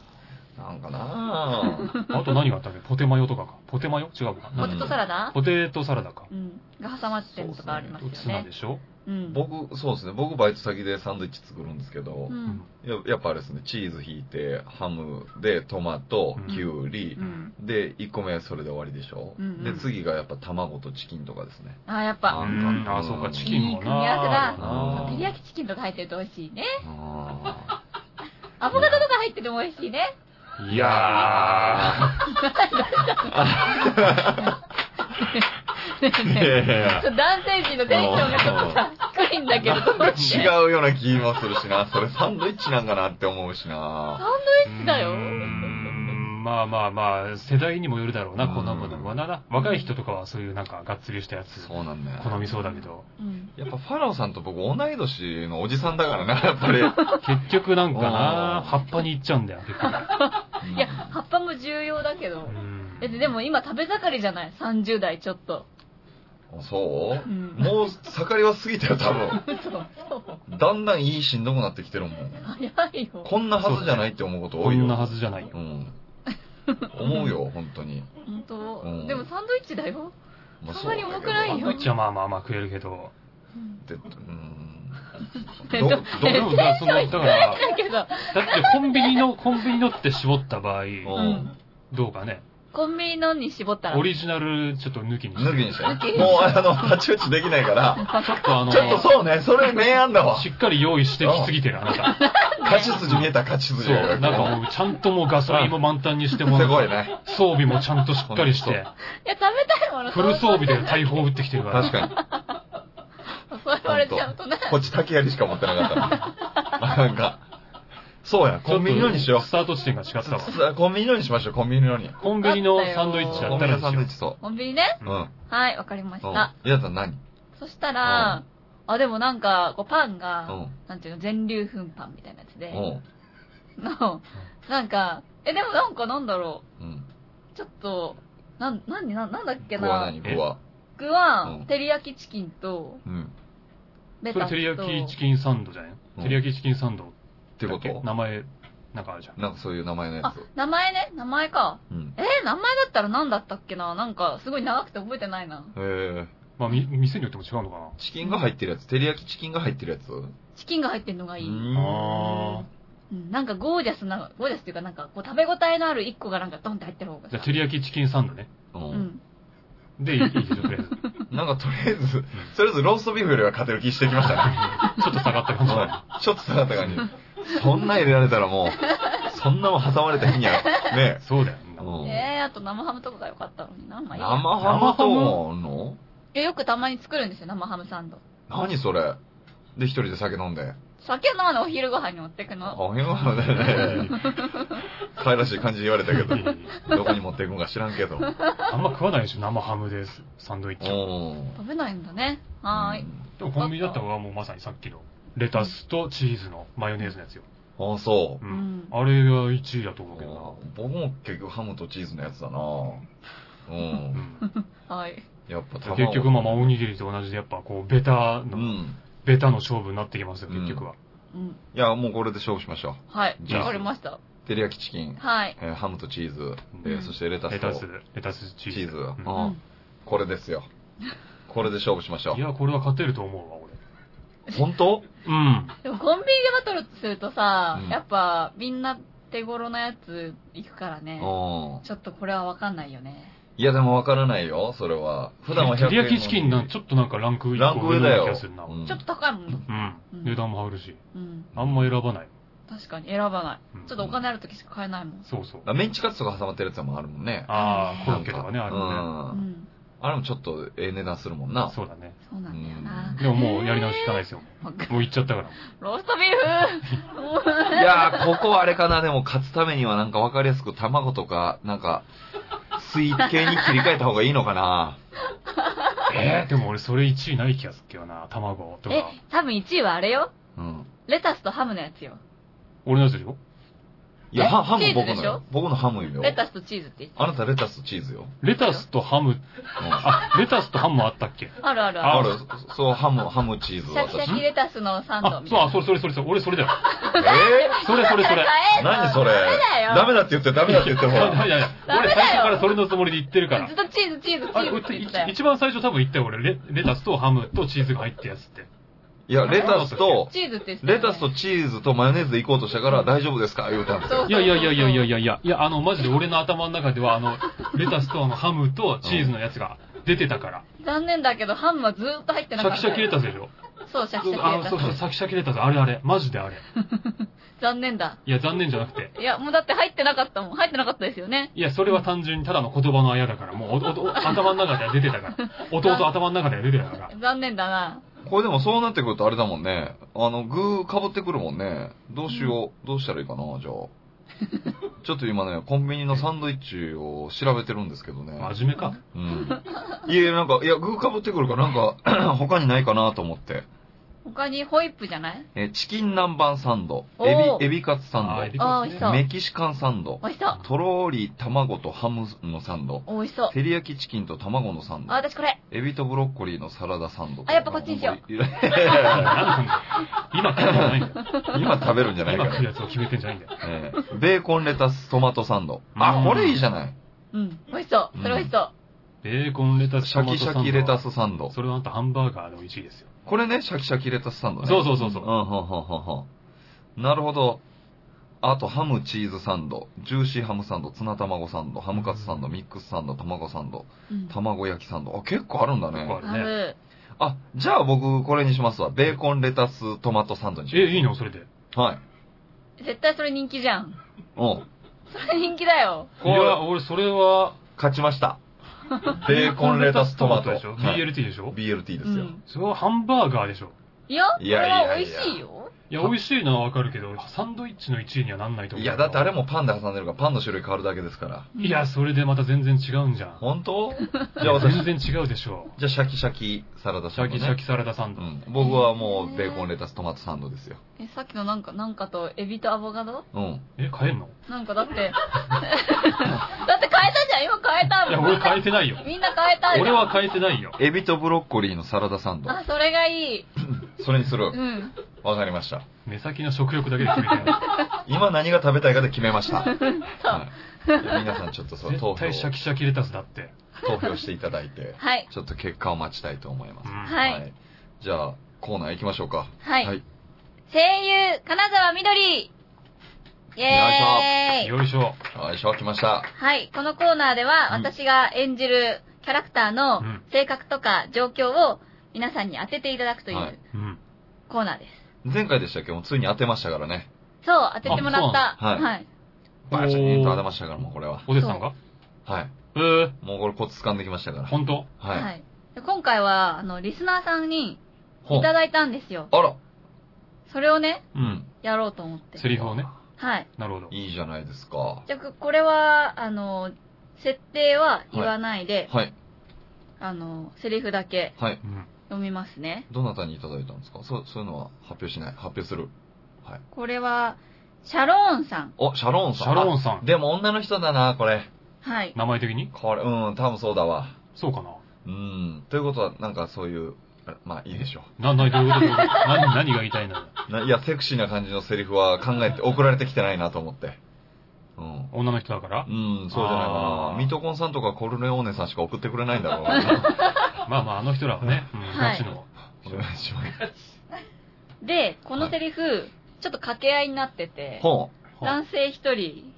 [SPEAKER 2] なんかな
[SPEAKER 1] あと何があったっけポテマヨとかか。ポテマヨ違うか。
[SPEAKER 4] ポテトサラダ
[SPEAKER 1] ポテトサラダか。
[SPEAKER 4] うん。が挟まってるとかありますよ
[SPEAKER 1] ツナ
[SPEAKER 4] ね。
[SPEAKER 1] でしょ
[SPEAKER 4] うん。
[SPEAKER 2] 僕、そうですね。僕バイト先でサンドイッチ作るんですけど
[SPEAKER 4] う、ん。
[SPEAKER 2] ややっぱあれですね、チーズ引いて、ハムで、トマト
[SPEAKER 1] うん、
[SPEAKER 2] キュウリ
[SPEAKER 4] う、ん。
[SPEAKER 2] で、1個目はそれで終わりでしょ
[SPEAKER 4] うんうん
[SPEAKER 2] で、次がやっぱ卵とチキンとかですね。
[SPEAKER 4] あー、やっ
[SPEAKER 1] う
[SPEAKER 4] ぱ、
[SPEAKER 1] ん、あ、そうか、チキンもな。
[SPEAKER 4] いい組み合わせだ
[SPEAKER 1] な
[SPEAKER 4] 照り焼きチキンとか入ってると美味しいね。
[SPEAKER 2] あ
[SPEAKER 4] アボカドとか入ってても美味しいね。
[SPEAKER 1] いやー。
[SPEAKER 4] ねえ
[SPEAKER 2] ーい
[SPEAKER 4] ね
[SPEAKER 2] やいやい
[SPEAKER 4] え
[SPEAKER 2] や
[SPEAKER 4] ちょっと男性陣のテンションがちょっとさ、低いんだけど。
[SPEAKER 2] なんか違うような気もするしな。それサンドイッチなんかなって思うしな。
[SPEAKER 4] 好きだよ
[SPEAKER 1] うーんまあまあまあ、世代にもよるだろうな、こんなものはなな。若い人とかはそういうなんか、がっつりしたやつ、
[SPEAKER 2] そうなんだよ。
[SPEAKER 1] 好みそうだけ ど。
[SPEAKER 4] うん。
[SPEAKER 2] やっぱファラオさんと僕同い年のおじさんだからな、やっぱり。
[SPEAKER 1] 結局なんかな、
[SPEAKER 2] うん
[SPEAKER 1] 葉っぱに行っちゃうんだよ、結局。
[SPEAKER 4] いや、葉っぱも重要だけど。
[SPEAKER 1] うん
[SPEAKER 4] えでも今食べ盛りじゃない ?30 代ちょっと。
[SPEAKER 2] うんそううんもう盛りは過ぎたよ、多分。
[SPEAKER 4] そうそう。
[SPEAKER 2] だんだんいいしんどくなってきてるもん。
[SPEAKER 4] 早いよ。
[SPEAKER 2] こんなはずじゃないって思うこと
[SPEAKER 1] こ
[SPEAKER 2] 多いよ。
[SPEAKER 1] んなはずじゃないよ
[SPEAKER 2] う。ん。思うよ、本当に。
[SPEAKER 4] 本当、
[SPEAKER 2] うん
[SPEAKER 4] でもサンドイッチだよ。
[SPEAKER 2] ま
[SPEAKER 4] そんなに重くないよ
[SPEAKER 1] こっちはまあまあまあ食えるけど。
[SPEAKER 2] そうだけど ってうーん。ど、
[SPEAKER 4] えど
[SPEAKER 1] で
[SPEAKER 2] ど
[SPEAKER 1] も、だからその、だから、
[SPEAKER 4] だけど、
[SPEAKER 1] だってコンビニの、コンビニのって絞った場合、
[SPEAKER 2] うん。
[SPEAKER 1] どうかね、
[SPEAKER 4] コンビニのに絞ったら。
[SPEAKER 1] オリジナルちょっと抜きにし
[SPEAKER 2] 抜き
[SPEAKER 1] て、
[SPEAKER 2] にして。もう、あの、八チ打ちできないから。
[SPEAKER 1] ちょっとあの、
[SPEAKER 2] ちょっとそうね、それ名案だわ
[SPEAKER 1] し。っかり用意してきすぎてる、あなた。
[SPEAKER 2] 勝ち筋見えた勝
[SPEAKER 1] そ
[SPEAKER 2] ち
[SPEAKER 1] う、
[SPEAKER 2] 筋
[SPEAKER 1] なんかもう、ちゃんともうガソリンも満タンにしても
[SPEAKER 2] すごいね。
[SPEAKER 1] 装備もちゃんとしっかりし
[SPEAKER 2] ほん
[SPEAKER 1] て、
[SPEAKER 4] いや、食べたいもの。
[SPEAKER 1] フル装備で大砲撃ってきてるから。
[SPEAKER 2] 確か に。
[SPEAKER 4] そうそう言われちゃうとね。
[SPEAKER 2] こっち竹槍しか持ってなかったのに。なんか。そうや、コンビニのにしよ
[SPEAKER 1] スタート地点が違ったわ。
[SPEAKER 2] う。コンビニのにしましょう、コンビニのに。
[SPEAKER 1] コンビニのサンドイッチや
[SPEAKER 2] コ
[SPEAKER 1] っ
[SPEAKER 2] ン
[SPEAKER 1] た
[SPEAKER 2] ビ
[SPEAKER 1] らで
[SPEAKER 2] ニの
[SPEAKER 1] す
[SPEAKER 2] サンド
[SPEAKER 1] よ
[SPEAKER 2] イッチそ
[SPEAKER 4] コンビニね。
[SPEAKER 2] う。うん。
[SPEAKER 4] はい、わかりまし
[SPEAKER 2] うん。
[SPEAKER 4] た。
[SPEAKER 2] やったら何
[SPEAKER 4] そしたら、あ、でもなんか、こうパン
[SPEAKER 2] う
[SPEAKER 4] が、
[SPEAKER 2] ん。
[SPEAKER 4] なんていうの、全粒粉パンみたいなやつで
[SPEAKER 2] う。ん。
[SPEAKER 4] の、なんか、え、でもなんかなんだろ
[SPEAKER 2] うん。
[SPEAKER 4] う。ちょっと、なん、なんに、なんなんだっけ
[SPEAKER 2] 僕は
[SPEAKER 4] な
[SPEAKER 2] 何。僕は。
[SPEAKER 4] 僕は
[SPEAKER 2] うん、
[SPEAKER 4] 照り焼きチキンと、
[SPEAKER 2] うん。
[SPEAKER 4] ベ
[SPEAKER 1] それ、
[SPEAKER 4] タスと。
[SPEAKER 1] 照り焼きチキンサンドじゃない照り焼きチキンサンドっ
[SPEAKER 2] ってこ
[SPEAKER 1] だっけ
[SPEAKER 2] と
[SPEAKER 1] 名前、なんかあるじゃん。
[SPEAKER 2] なんかそういう名前のや
[SPEAKER 4] あ、名前ね、名前か。
[SPEAKER 2] つ。うん。
[SPEAKER 4] えー名前だったら何だったっけななんか、すごい長くて覚えてないな。
[SPEAKER 2] へえ。
[SPEAKER 1] まあ、み店によっても違うのかな
[SPEAKER 2] チキンが入ってるやつ、照り焼きチキンが入ってるやつう
[SPEAKER 4] チキンが入ってんのがいい。
[SPEAKER 2] ん
[SPEAKER 1] あ
[SPEAKER 4] うん、なんかゴージャスな、ゴージャスっていうかなんか、こう食べ応えのある一個がなんかドンって入ってる方が
[SPEAKER 1] ー。じゃあ、
[SPEAKER 4] さ。
[SPEAKER 1] 照り焼きチキンサンドね。
[SPEAKER 2] う。
[SPEAKER 4] うんん。
[SPEAKER 1] で、いいいいでしょ、とりあえ ず。
[SPEAKER 2] なんかとりあえず、とりあえずローストビーフよりは勝てる気してきました ね。
[SPEAKER 1] ちょっと下がった感じだ
[SPEAKER 2] ちょっと下がった感じ。そんな入れられたらもう、そんなもん挟まれた日には、ね
[SPEAKER 1] ね。。そうだよ。
[SPEAKER 2] うん
[SPEAKER 4] えー、あと生ハムとかが良かったのにな。まあいいや
[SPEAKER 2] 生ハムと思うの
[SPEAKER 4] いやよくたまに作るんですよ、生ハムサンド。
[SPEAKER 2] 何それで、一人で酒飲んで。
[SPEAKER 4] 酒飲まないお昼ご飯に持ってくの。
[SPEAKER 2] おへんわね。可愛らしい感じに言われたけ
[SPEAKER 1] いいい
[SPEAKER 2] ど、
[SPEAKER 1] い
[SPEAKER 2] どこに持っていくんか知らんけど。 う
[SPEAKER 1] あんま食わないでしょ、生ハムです。サンドイッチは。
[SPEAKER 2] ん。
[SPEAKER 4] 食べないんだね。はーい。
[SPEAKER 1] でも、コンビニだった方がもうまさにさっきの、レタスとチーズのマヨネーズのやつよ。
[SPEAKER 2] あ、そうう。
[SPEAKER 1] ん。
[SPEAKER 4] ん。
[SPEAKER 1] あれが1位だと思うけどな。
[SPEAKER 2] 僕も結局ハムとチーズのやつだなうん。
[SPEAKER 4] はい。
[SPEAKER 2] やっぱ卵
[SPEAKER 1] 結局、まあまあ、おにぎりと同じで、やっぱこう、ベタ
[SPEAKER 2] う
[SPEAKER 1] の、
[SPEAKER 2] ん。
[SPEAKER 1] ベタの勝負になってきますよ、結局は。
[SPEAKER 4] うん。
[SPEAKER 2] いや、もうこれで勝負しましょ
[SPEAKER 4] はい。
[SPEAKER 2] じゃあ
[SPEAKER 4] わかりました。
[SPEAKER 2] う。照り焼きチキン、
[SPEAKER 4] はい。
[SPEAKER 2] えーハムとチーズ、え
[SPEAKER 1] う
[SPEAKER 2] ー
[SPEAKER 4] ん
[SPEAKER 2] そしてレタ
[SPEAKER 1] レ
[SPEAKER 2] スと
[SPEAKER 1] タス、レタスチーズ。
[SPEAKER 2] チーズ。
[SPEAKER 1] うん
[SPEAKER 4] う
[SPEAKER 2] うん
[SPEAKER 4] ん。
[SPEAKER 2] これですよ。これで勝負しましょ
[SPEAKER 1] いや、これは勝てると思うわ、俺。
[SPEAKER 2] う。本当
[SPEAKER 1] うん。
[SPEAKER 4] でもコンビニでバトルするとさ、
[SPEAKER 2] うん
[SPEAKER 4] やっぱみんな手頃なやつ行くからね。
[SPEAKER 2] う
[SPEAKER 4] ちょっとこれはわかんないよね。
[SPEAKER 2] ん。いや、でもわからないよ、それは。普段は100円
[SPEAKER 1] 照り焼きチキンなん、ちょっとなんかランク
[SPEAKER 2] ランク上だよ
[SPEAKER 1] 気がするな。う
[SPEAKER 2] うん
[SPEAKER 1] ん。
[SPEAKER 4] ちょっと高いもんね。うん
[SPEAKER 1] 値段も張るし。
[SPEAKER 4] うん。
[SPEAKER 1] あんま選ばない。
[SPEAKER 4] 確かに、選ばない。
[SPEAKER 1] うん
[SPEAKER 4] ちょっとお金ある時しか買えないもん。
[SPEAKER 1] そうそう。
[SPEAKER 2] メンチカツとか挟まってるやつもあるもんね。
[SPEAKER 1] ああ、コロッケとかね、あ
[SPEAKER 2] な
[SPEAKER 1] る
[SPEAKER 2] んか
[SPEAKER 1] ね。
[SPEAKER 4] う
[SPEAKER 2] うん。
[SPEAKER 4] ん。
[SPEAKER 2] あれもちょっとええ値段するもんな。
[SPEAKER 1] そうだね。
[SPEAKER 4] そうなんだよな。
[SPEAKER 1] でももうやり直し聞かないですよ。
[SPEAKER 4] わか
[SPEAKER 1] もう行っちゃったから。
[SPEAKER 4] ローストビーフ もう
[SPEAKER 2] いやー、ここあれかな、でも勝つためにはなんかわかりやすく卵とか、なんか、水系に切り替えた方がいいのかな。
[SPEAKER 1] えー、でも俺それ1位ない気がするけどな、卵と
[SPEAKER 4] え
[SPEAKER 1] か。、
[SPEAKER 4] 多分1位はあれよ。
[SPEAKER 2] うん。
[SPEAKER 4] レタスとハムのやつよ。
[SPEAKER 1] 俺のやつでしょ
[SPEAKER 2] いや、
[SPEAKER 4] え
[SPEAKER 2] ハハム
[SPEAKER 4] チーズ
[SPEAKER 2] 僕
[SPEAKER 4] で
[SPEAKER 2] の
[SPEAKER 4] しょ
[SPEAKER 2] よ。僕のハムよ。
[SPEAKER 4] レタスとチーズって言って
[SPEAKER 2] あなたレタスとチーズよ。
[SPEAKER 1] レタスとハム、
[SPEAKER 2] うん
[SPEAKER 1] あ、レタスとハムもあったっけ
[SPEAKER 4] あるあるあ
[SPEAKER 1] あ
[SPEAKER 4] る。
[SPEAKER 2] ある、そう、ハム、ハムチーズ
[SPEAKER 4] シャキシャ
[SPEAKER 2] 私。
[SPEAKER 4] キレタスのサンド
[SPEAKER 1] あ、
[SPEAKER 4] み
[SPEAKER 1] そ
[SPEAKER 4] た
[SPEAKER 1] う、
[SPEAKER 4] い
[SPEAKER 1] あ、
[SPEAKER 4] な。
[SPEAKER 1] それそれそれそれ、俺それだよ。
[SPEAKER 2] え
[SPEAKER 1] それそれそれ。
[SPEAKER 2] ー、何それダ
[SPEAKER 4] ダ
[SPEAKER 2] メ
[SPEAKER 4] メ
[SPEAKER 2] だって言って、ダメだって 言って、 ほ
[SPEAKER 1] いや
[SPEAKER 2] ら。
[SPEAKER 1] いやいや、
[SPEAKER 4] ダメ
[SPEAKER 1] 俺
[SPEAKER 4] だよ
[SPEAKER 1] 最初からそれのつもりで言ってるか
[SPEAKER 4] ず
[SPEAKER 1] ら
[SPEAKER 4] っ。とチーズ、チーズ、チ
[SPEAKER 1] あれ、
[SPEAKER 4] ーズって言ってた
[SPEAKER 1] 俺
[SPEAKER 4] よ。
[SPEAKER 1] 一番最初多分言ったよ、俺レ。レタスとハムとチーズが入ってやつって。
[SPEAKER 2] いや、レタスと、
[SPEAKER 4] チーズって言ってたよ
[SPEAKER 2] レタスとチーズとマヨネーズで行こうとしたから大丈夫ですか言うたんですよ。
[SPEAKER 4] そう
[SPEAKER 1] いやいやいやいやいやいやいや、いや、あの、マジで俺の頭の中では、あの、レタスとあの、ハムとチーズのやつが出てたから。
[SPEAKER 4] 残念だけど、ハムはずーっと入って
[SPEAKER 1] シ
[SPEAKER 4] なか
[SPEAKER 1] ャ
[SPEAKER 4] っ
[SPEAKER 1] キ
[SPEAKER 4] た。
[SPEAKER 1] シャキレタスでしょ
[SPEAKER 4] そう、シャキシ
[SPEAKER 1] あ
[SPEAKER 4] ャ
[SPEAKER 1] の、
[SPEAKER 4] キ
[SPEAKER 1] そう
[SPEAKER 4] レタ
[SPEAKER 1] そう、シャキシャキレタス。あれあれ。マジであれ。
[SPEAKER 4] ス。残念だ。
[SPEAKER 1] いや、残念じゃなくて。
[SPEAKER 4] いや、もうだって入ってなかったもん。入ってなかったですよね。
[SPEAKER 1] いや、それは単純にただの言葉のあやだから、もうおおお頭の中では出てた から。弟頭の中では出てたから。
[SPEAKER 4] 残念だな。
[SPEAKER 2] これでもそうなってくるとあれだもんね。あの、具被ってくるもんね。どうしよう。どうしたらいいかな、じゃあ。 ちょっと今ね、コンビニのサンドイッチを調べてるんですけどね。
[SPEAKER 1] 真面目か。
[SPEAKER 2] うん。いや、なんか、いや、具被ってくるから、なんか、 他にないかなと思って。
[SPEAKER 4] 他にホイップじゃない
[SPEAKER 2] えチキン南蛮サンド、
[SPEAKER 4] おー
[SPEAKER 2] エビ、エビカツサ
[SPEAKER 1] あーエ
[SPEAKER 2] ン
[SPEAKER 1] ビ
[SPEAKER 4] あー美味しそ
[SPEAKER 2] ド、
[SPEAKER 4] う
[SPEAKER 2] メキシカンサンド、
[SPEAKER 4] 美味しそ
[SPEAKER 2] とろーり卵とハムのサンド、
[SPEAKER 4] う。美味しそう。
[SPEAKER 2] 照り焼きチキンと卵のサンド
[SPEAKER 4] あ、、私これ。
[SPEAKER 2] エビとブロッコリーのサラダサンド。
[SPEAKER 4] あやっぱこっちにしよ
[SPEAKER 2] う。
[SPEAKER 1] なんだ今食うんじゃないんだよ。
[SPEAKER 2] 今食べるんじゃないか
[SPEAKER 1] 今
[SPEAKER 2] ら
[SPEAKER 1] 食 う。やつを決めてんじゃないんだよ。
[SPEAKER 2] えーベーコンレタストマトサンド。あ
[SPEAKER 1] う、ん
[SPEAKER 2] これいいじゃない。
[SPEAKER 4] うん。美味しそう。それ美味しそう。
[SPEAKER 1] ベーコンレタス、
[SPEAKER 2] シャキシャキレタ
[SPEAKER 1] ス。
[SPEAKER 2] スサンド。
[SPEAKER 1] それはあんたハンバーガーで美味しいですよ。
[SPEAKER 2] これね、シャキシャキレタスサンドね。
[SPEAKER 1] そうそうそうそうう。
[SPEAKER 2] ん、うん、うん、うんうん。なるほど。あと、ハムチーズサンド、ジューシーハムサンド、ツナ卵サンド、ハムカツサンド、ミックスサンド、卵サンド、
[SPEAKER 4] うん
[SPEAKER 2] 卵焼きサンド。あ、結構あるんだ
[SPEAKER 1] 結構あ
[SPEAKER 2] ね。
[SPEAKER 1] るね。
[SPEAKER 4] る。
[SPEAKER 2] あ、じゃあ僕、これにしますわ。ベーコンレタストマトサンドにします。
[SPEAKER 1] え、いいのそれで。
[SPEAKER 2] はい。
[SPEAKER 4] 絶対それ人気じゃん。
[SPEAKER 2] うん。
[SPEAKER 4] それ人気だよ。
[SPEAKER 1] いや、俺それは、
[SPEAKER 2] 勝ち ました。ベーコンレタストマト。
[SPEAKER 1] でしょ
[SPEAKER 2] はい
[SPEAKER 1] ?BLT でしょ
[SPEAKER 2] BLT で
[SPEAKER 4] う
[SPEAKER 2] すよ。
[SPEAKER 4] ん。
[SPEAKER 1] それはハンバーガーでしょ
[SPEAKER 4] いや、こ
[SPEAKER 2] いや
[SPEAKER 4] れ
[SPEAKER 2] いやいや
[SPEAKER 4] は美味しいよ。
[SPEAKER 1] いや、美味しいのはわかるけど、サンドイッチの1位にはなんないと思う。
[SPEAKER 2] いや、だってあれもパンで挟んでるから、パンの種類変わるだけですから。
[SPEAKER 1] いや、それでまた全然違うんじゃん。
[SPEAKER 2] 本当 じゃあ私、
[SPEAKER 1] 全然違うでしょ
[SPEAKER 2] じゃあシャキシャキサラダ
[SPEAKER 1] う。シャキシャキサラダサン
[SPEAKER 2] う
[SPEAKER 1] ド。
[SPEAKER 2] ん。僕はもう、ベーコンレタストマトサンドですよ。
[SPEAKER 4] え、さっきのなんか、なんかと、エビとアボカド
[SPEAKER 2] うん。
[SPEAKER 1] え、変えんの
[SPEAKER 4] なんかだ って、だって変えたじゃん今変えたもん。
[SPEAKER 1] いや、俺変えてないよ。
[SPEAKER 4] みんな変えたじゃん。
[SPEAKER 1] 俺は変えてないよ。
[SPEAKER 2] エビとブロッコリーのサラダサンド。
[SPEAKER 4] あ、それがいい。
[SPEAKER 2] それにす
[SPEAKER 4] う
[SPEAKER 2] る。
[SPEAKER 4] ん。
[SPEAKER 2] わかりました。
[SPEAKER 1] 目先の食欲だけで決めてる。
[SPEAKER 2] 今何が食べたいかで決めま した。はい。じゃあ皆さんちょっ とその
[SPEAKER 1] 絶
[SPEAKER 2] 投票を
[SPEAKER 1] 対シャキシャキレタスだって。
[SPEAKER 2] 投票していただいて、
[SPEAKER 4] はい。
[SPEAKER 2] ちょっと結果を待ちたいと思います
[SPEAKER 1] う。ん
[SPEAKER 4] はい
[SPEAKER 2] じゃあ、コーナー行きましょうか。
[SPEAKER 4] はい。声優、金沢みどりイェーイ
[SPEAKER 1] よいしょ。
[SPEAKER 2] よいしょ、来ました。
[SPEAKER 4] はい。このコーナーでは、
[SPEAKER 2] うん
[SPEAKER 4] 私が演じるキャラクターの
[SPEAKER 1] うん
[SPEAKER 4] 性格とか状況を皆さんに当てていただくとい
[SPEAKER 2] はいう
[SPEAKER 1] うん。
[SPEAKER 4] コーナーです。
[SPEAKER 2] 前回でしたっけど、もうついに当てましたからね。
[SPEAKER 4] そう、当ててもらった。。
[SPEAKER 2] あそうなのはいバチーンと当てましたから、もうこれは。
[SPEAKER 1] おでさんが
[SPEAKER 2] はい。
[SPEAKER 1] えー、
[SPEAKER 2] もうこれコツ掴んできましたから。
[SPEAKER 1] 本当
[SPEAKER 4] は。
[SPEAKER 2] はいい。
[SPEAKER 4] で今回は、あの、リスナーさんに
[SPEAKER 2] ほ
[SPEAKER 4] いうただいたんですよ。
[SPEAKER 2] あら。
[SPEAKER 4] それをね、
[SPEAKER 1] う
[SPEAKER 2] う。ん。
[SPEAKER 4] やろうと思って。
[SPEAKER 1] セリフをね。
[SPEAKER 4] はい。
[SPEAKER 1] なるほど。
[SPEAKER 2] いいじゃないですか。
[SPEAKER 4] じゃあ、これは、あの、設定は言わないで、
[SPEAKER 2] はい。
[SPEAKER 4] あの、セリフだけ
[SPEAKER 2] はい。
[SPEAKER 1] うん。
[SPEAKER 4] 読みますね。
[SPEAKER 2] どなたにいただいたんですかそう、そういうのは発表しない。発表する。
[SPEAKER 4] これは、シャローンさん。
[SPEAKER 2] お、シャローン
[SPEAKER 1] シ
[SPEAKER 2] さん。
[SPEAKER 1] ャローンさ
[SPEAKER 2] あ
[SPEAKER 1] ん。
[SPEAKER 2] でも女の人だな、これ。
[SPEAKER 4] はい。
[SPEAKER 1] 名前的に
[SPEAKER 2] これ、うん、多分そうだわ。
[SPEAKER 1] そうかな。
[SPEAKER 2] うん。ということは、なんかそういう、あまあいいでしょ
[SPEAKER 1] な、な、どういうことどういうこと何、何が言いたいのよ
[SPEAKER 2] う。ないや、セクシーな感じのセリフは考えて、送られてきてないなと思って。うん。
[SPEAKER 1] 女の人だから
[SPEAKER 2] うん、そうじゃないか
[SPEAKER 1] あ
[SPEAKER 2] な。
[SPEAKER 1] ー
[SPEAKER 2] ミトコンさんとかコルネオーネさんしか送ってくれないんだろう な。
[SPEAKER 1] まあまあ、あの人らはね、うん、
[SPEAKER 4] はい
[SPEAKER 1] ガチの。
[SPEAKER 2] お願いします。
[SPEAKER 4] で、このセリフ、ちょっと掛け合いになってて、
[SPEAKER 2] ほ
[SPEAKER 1] は
[SPEAKER 4] 男性一人、